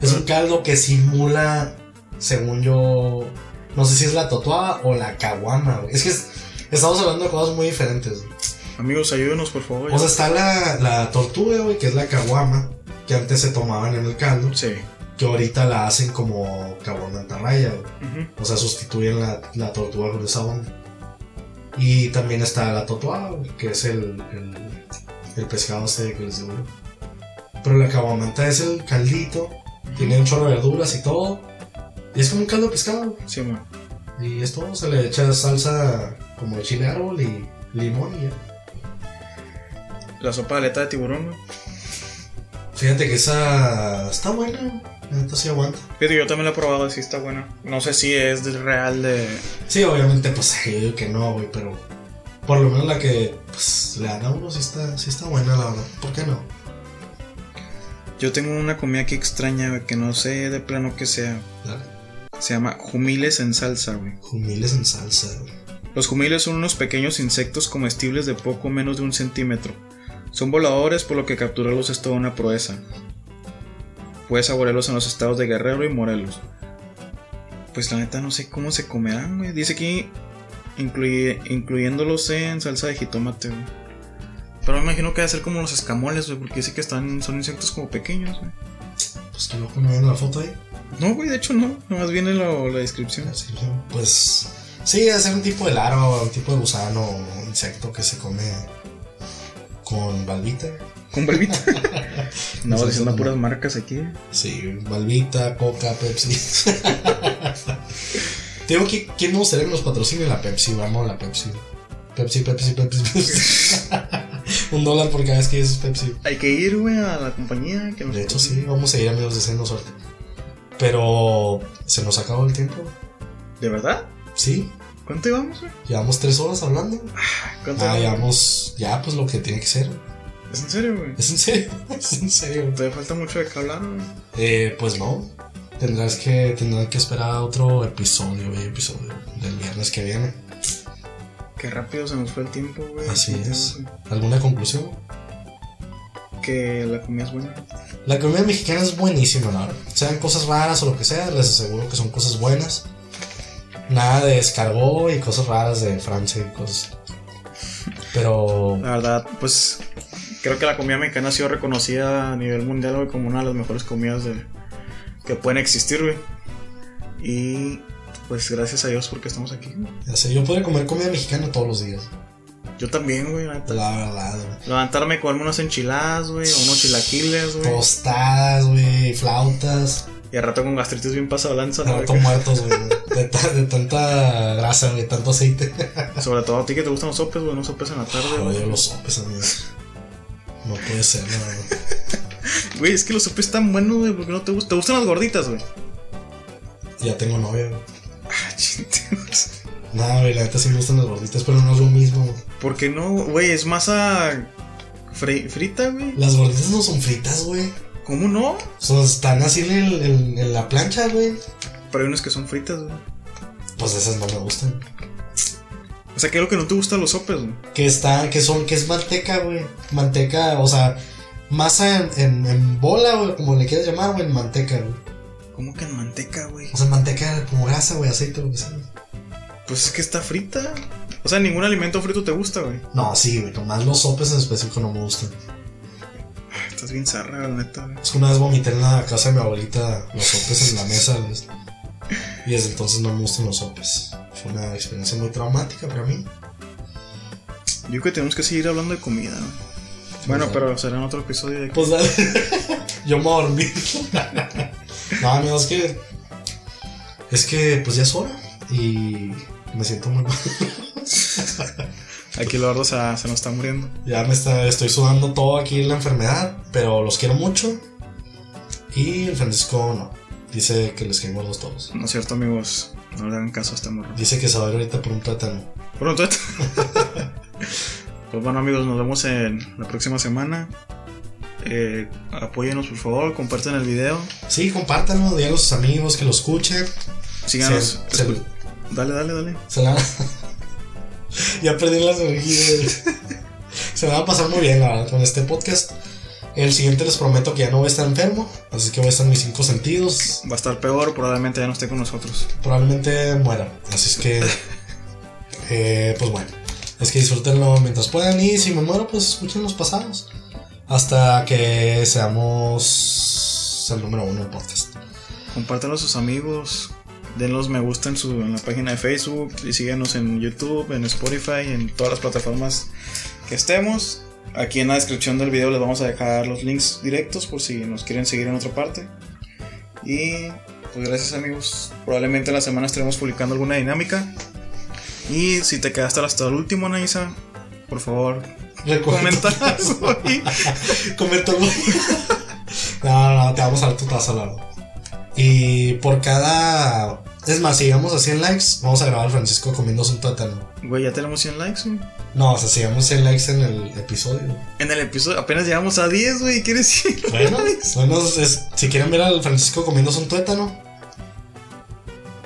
Speaker 2: Es un caldo que simula, según yo, no sé si es la totoa o la caguama, güey. Es que es- estamos hablando de cosas muy diferentes. güey.
Speaker 1: Amigos, ayúdenos, por favor.
Speaker 2: O sea, está la, la tortuga, güey, que es la caguama, que antes se tomaban en el caldo,
Speaker 1: sí.
Speaker 2: que ahorita la hacen como caguama antarraya, güey.
Speaker 1: Ujú.
Speaker 2: O sea, sustituyen la, la tortuga con esa onda. Y también está la totoa, que es el, el, el pescado este que les digo. Pero la cabamanta es el caldito, tiene un chorro de verduras y todo. Y es como un caldo de pescado.
Speaker 1: Sí, man.
Speaker 2: Y esto se le echa salsa como de chile árbol y limón y ya.
Speaker 1: La sopa de aleta de tiburón, güey.
Speaker 2: Fíjate que esa está buena, la neta sí aguanta.
Speaker 1: Fíjate, yo también la he probado, sí está buena. No sé si es del real de.
Speaker 2: Sí, obviamente, pues [laughs] yo digo que no, güey, pero por lo menos la que pues, le dan a uno sí está, sí está buena, la verdad. ¿Por qué no?
Speaker 1: Yo tengo una comida aquí extraña, güey, que no sé de plano que sea.
Speaker 2: Dale.
Speaker 1: Se llama jumiles en salsa, güey.
Speaker 2: Humiles en salsa, güey.
Speaker 1: Los jumiles son unos pequeños insectos comestibles de poco menos de un centímetro. Son voladores, por lo que capturarlos es toda una proeza. Puedes saborearlos en los estados de Guerrero y Morelos. Pues la neta no sé cómo se comerán, güey. Dice aquí incluye- incluyéndolos en salsa de jitomate, güey. Pero me imagino que va a ser como los escamoles, güey, porque dice que están, son insectos como pequeños, güey.
Speaker 2: Pues que loco no ven la foto ahí.
Speaker 1: No, güey, de hecho no. Nomás viene lo- la descripción.
Speaker 2: Así, ¿no? Pues sí, es un tipo de larva, un tipo de gusano, un insecto que se come con balbita.
Speaker 1: Con [laughs] balbita. no,
Speaker 2: Eso es
Speaker 1: diciendo
Speaker 2: otro.
Speaker 1: puras marcas aquí.
Speaker 2: Sí, balbita, coca, Pepsi. Tengo que, ¿quién me gustaría que nos patrocine la Pepsi? Vamos a la Pepsi. Pepsi, Pepsi, Pepsi, Pepsi. un dólar por cada vez que dices Pepsi.
Speaker 1: Hay que ir, güey, a la compañía que nos-
Speaker 2: De hecho, sí, vamos a ir amigos de Seno Suerte. Pero se nos acabó el tiempo.
Speaker 1: ¿De verdad?
Speaker 2: Sí,
Speaker 1: ¿Cuánto íbamos, güey?
Speaker 2: llevamos tres horas hablando.
Speaker 1: ¿Cuánto
Speaker 2: Ah, ya,
Speaker 1: íbamos?
Speaker 2: vamos, ya, pues lo que tiene que ser.
Speaker 1: ¿Es en serio, güey?
Speaker 2: Es en serio, [laughs] es en serio.
Speaker 1: Todavía falta mucho de qué hablar, güey.
Speaker 2: Eh, pues no, tendrás que, tendrás que esperar a otro episodio, eh, episodio del viernes que viene.
Speaker 1: Qué rápido se nos fue el tiempo, güey.
Speaker 2: Así
Speaker 1: Sí,
Speaker 2: es.
Speaker 1: güey.
Speaker 2: ¿Alguna conclusión?
Speaker 1: Que la comida es buena.
Speaker 2: La comida mexicana es buenísima, la verdad. Sean cosas raras o lo que sea, les aseguro que son cosas buenas. Nada de escargot y cosas raras de Francia y cosas. Pero
Speaker 1: La verdad, pues creo que la comida mexicana ha sido reconocida a nivel mundial, güey, como una de las mejores comidas de- que pueden existir, güey. Y pues gracias a Dios porque estamos aquí. güey.
Speaker 2: ya sé, yo podría comer comida mexicana todos los días.
Speaker 1: Yo también, güey, la neta.
Speaker 2: La verdad, güey.
Speaker 1: Levantarme y comerme unas enchiladas, güey, o unos chilaquiles, güey.
Speaker 2: Tostadas, güey, flautas.
Speaker 1: Y al rato con gastritis bien pasado lanza,
Speaker 2: Al
Speaker 1: ¿no?
Speaker 2: rato muertos, güey. De, ta- de tanta grasa, güey, tanto aceite.
Speaker 1: Sobre todo a ti que te gustan los sopes, güey, no sopes en la tarde,
Speaker 2: Pero
Speaker 1: güey.
Speaker 2: yo los sopes, amigos. No puede ser, no, güey.
Speaker 1: Güey, es que los sopes están buenos, güey, porque no te gustan. Te gustan las gorditas, güey.
Speaker 2: Ya tengo novia, güey.
Speaker 1: [laughs] Ah, chinte.
Speaker 2: No, güey, la neta sí me gustan las gorditas, pero no es lo mismo, güey.
Speaker 1: ¿Por qué no? Güey, es masa fri- frita, güey.
Speaker 2: Las gorditas no son fritas, güey.
Speaker 1: ¿Cómo no?
Speaker 2: Son, están así en, el- en- en la plancha, güey.
Speaker 1: Pero hay unas que son fritas, güey.
Speaker 2: Pues esas no me gustan.
Speaker 1: O sea, ¿qué es lo que no te gusta de los sopes, güey?
Speaker 2: Que está, que son, que es manteca, güey. Manteca, o sea, masa en, en- en bola, güey, como le quieras llamar, güey, en manteca, güey.
Speaker 1: ¿Cómo que en manteca, güey?
Speaker 2: O sea, manteca como grasa, güey, aceite, lo que sea.
Speaker 1: Pues es que está frita. O sea, ningún alimento frito te gusta, güey.
Speaker 2: No, sí, güey, nomás los sopes en específico no me gustan.
Speaker 1: Estás bien zarra, la neta, güey.
Speaker 2: Es que una vez vomité en la casa de mi abuelita los sopes en la mesa. güey. Y desde entonces no me gustan los sopes. Fue una experiencia muy traumática para mí.
Speaker 1: Yo creo que tenemos que seguir hablando de comida, güey. Bueno, pero será en otro episodio de...
Speaker 2: Pues dale. Yo me dormí. no, amigo, es que. Es que pues ya es hora. Y me siento muy mal.
Speaker 1: Aquí Eduardo se, se nos está muriendo.
Speaker 2: Ya me está, estoy sudando todo aquí la enfermedad. Pero los quiero mucho. Y el Francisco no. Dice que les queremos los todos.
Speaker 1: No es cierto, amigos. No le hagan caso a este morro.
Speaker 2: Dice que se va a ir ahorita por un plátano.
Speaker 1: Bueno, entonces. [laughs] pues bueno, amigos, nos vemos en la próxima semana. Eh, apóyenos, por favor. Compartan el video.
Speaker 2: Sí, compártanlo, díganlo a sus amigos que lo escuchen.
Speaker 1: Síganos.
Speaker 2: Se- se-
Speaker 1: Escu- Dale, dale, dale.
Speaker 2: se la- [laughs] ya perdí las energías. se me va a pasar muy bien, la verdad, con este podcast. El siguiente les prometo que ya no voy a estar enfermo, así que voy a estar en mis cinco sentidos.
Speaker 1: Va a estar peor, probablemente ya no esté con nosotros.
Speaker 2: Probablemente muera, así es que. eh, pues bueno, es que disfrútenlo mientras puedan y si me muero, pues escuchen los pasados. Hasta que seamos el número uno del podcast.
Speaker 1: Compártanlo a sus amigos, denlos me gusta en, su, en la página de Facebook y síguenos en YouTube, en Spotify, en todas las plataformas que estemos. Aquí en la descripción del video les vamos a dejar los links directos por si nos quieren seguir en otra parte. Y pues gracias amigos. Probablemente en la semana estaremos publicando alguna dinámica. Y si te quedaste hasta el último, Anaisa, por favor, comenta [laughs] algo y-
Speaker 2: Comentó algo. [laughs] no, no, no, te vamos a dar tu taza, Lalo. Y por cada. Es más, si llegamos a 100 likes, vamos a grabar a Francisco comiéndose un plátano.
Speaker 1: Güey, ya tenemos 100 likes, güey.
Speaker 2: No, o sea, si llegamos a 100 likes en el episodio.
Speaker 1: En el episodio apenas llegamos a 10, güey. ¿Quieres decir?
Speaker 2: Bueno, bueno, es- si quieren ver al Francisco comiéndose un tuétano,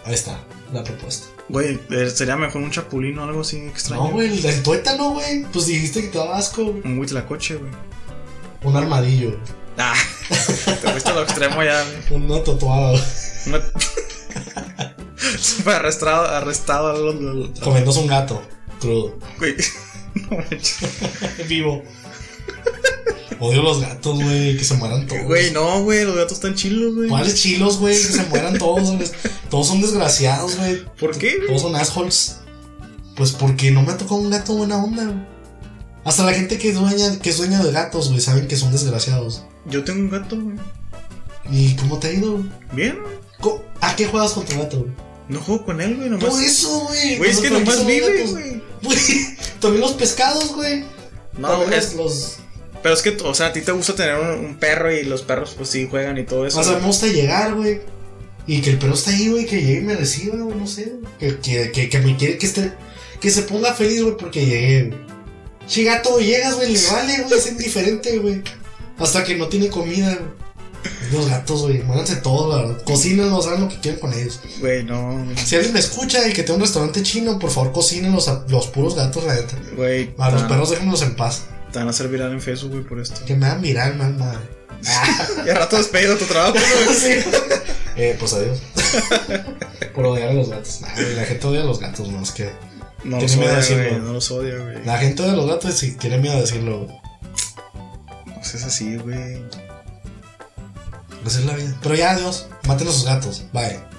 Speaker 2: ahí está la propuesta.
Speaker 1: Güey, eh, sería mejor un chapulín o algo así extraño.
Speaker 2: No, güey, el, el tuétano, güey. Pues dijiste que te daba asco, güey.
Speaker 1: Un huitlacoche, güey.
Speaker 2: Un armadillo,
Speaker 1: Ah, [laughs] te fuiste a lo extremo ya, güey.
Speaker 2: una tatuada,
Speaker 1: [laughs] Una- Súper arrastrado, arrestado al- al- al-
Speaker 2: comiéndose un gato crudo,
Speaker 1: Güey. [laughs] No manches.
Speaker 2: vivo. Odio los gatos, güey, que se mueran todos.
Speaker 1: Güey, no, güey, los gatos están chilos, güey.
Speaker 2: ¿Cuáles chilos, güey? Que se mueran todos, güey. Todos son desgraciados, güey.
Speaker 1: ¿Por qué, güey?
Speaker 2: Todos son assholes. Pues porque no me ha tocado un gato buena onda, güey. Hasta la gente que, es dueña, que es dueña de gatos, güey, saben que son desgraciados.
Speaker 1: Yo tengo un gato, güey.
Speaker 2: ¿Y cómo te ha ido, güey?
Speaker 1: Bien,
Speaker 2: Co- ¿A qué juegas con tu gato, güey?
Speaker 1: no juego con él, güey, nomás.
Speaker 2: Todo eso, güey.
Speaker 1: Güey, es que
Speaker 2: Nosotros
Speaker 1: nomás
Speaker 2: somos
Speaker 1: vive,
Speaker 2: gatos.
Speaker 1: güey.
Speaker 2: Güey, [laughs] También los pescados, güey.
Speaker 1: No,
Speaker 2: También
Speaker 1: es,
Speaker 2: los,
Speaker 1: pero es que, o sea, a ti te gusta tener un, un perro y los perros, pues sí, juegan y todo
Speaker 2: los...
Speaker 1: eso.
Speaker 2: O sea,
Speaker 1: güey.
Speaker 2: me gusta llegar, güey. Y que el perro está ahí, güey, que llegue y me reciba, güey, no sé, güey. Que, que, que, que me quiere que esté... Que se ponga feliz, güey, porque llegué, güey. Che, gato, llegas, güey, le vale, güey, es indiferente, güey. Hasta que no tiene comida, güey. Los gatos, güey, muéranse todos, la verdad. Cocínenlos, hagan lo que quieran con ellos.
Speaker 1: Güey, no,
Speaker 2: Si alguien me escucha y que tenga un restaurante chino, por favor, cocínenlos a los puros gatos, la neta.
Speaker 1: güey.
Speaker 2: A
Speaker 1: te
Speaker 2: los
Speaker 1: van-
Speaker 2: perros déjenlos en paz.
Speaker 1: Te van a hacer viral en Facebook, güey, por esto.
Speaker 2: Que me hagan mirar, man, madre.
Speaker 1: Y al rato despedido de tu trabajo, güey.
Speaker 2: Sí. Eh, pues adiós. [laughs] Por odiar a los gatos. Nah, güey, la gente odia a los gatos más que.
Speaker 1: No
Speaker 2: Tiene
Speaker 1: los
Speaker 2: miedo
Speaker 1: odia,
Speaker 2: de decirlo.
Speaker 1: güey. No los odia, güey.
Speaker 2: La gente odia a los gatos y tiene miedo a decirlo. güey.
Speaker 1: Pues es así, güey.
Speaker 2: Así es la vida. Pero ya, adiós. Maten a sus gatos. Bye.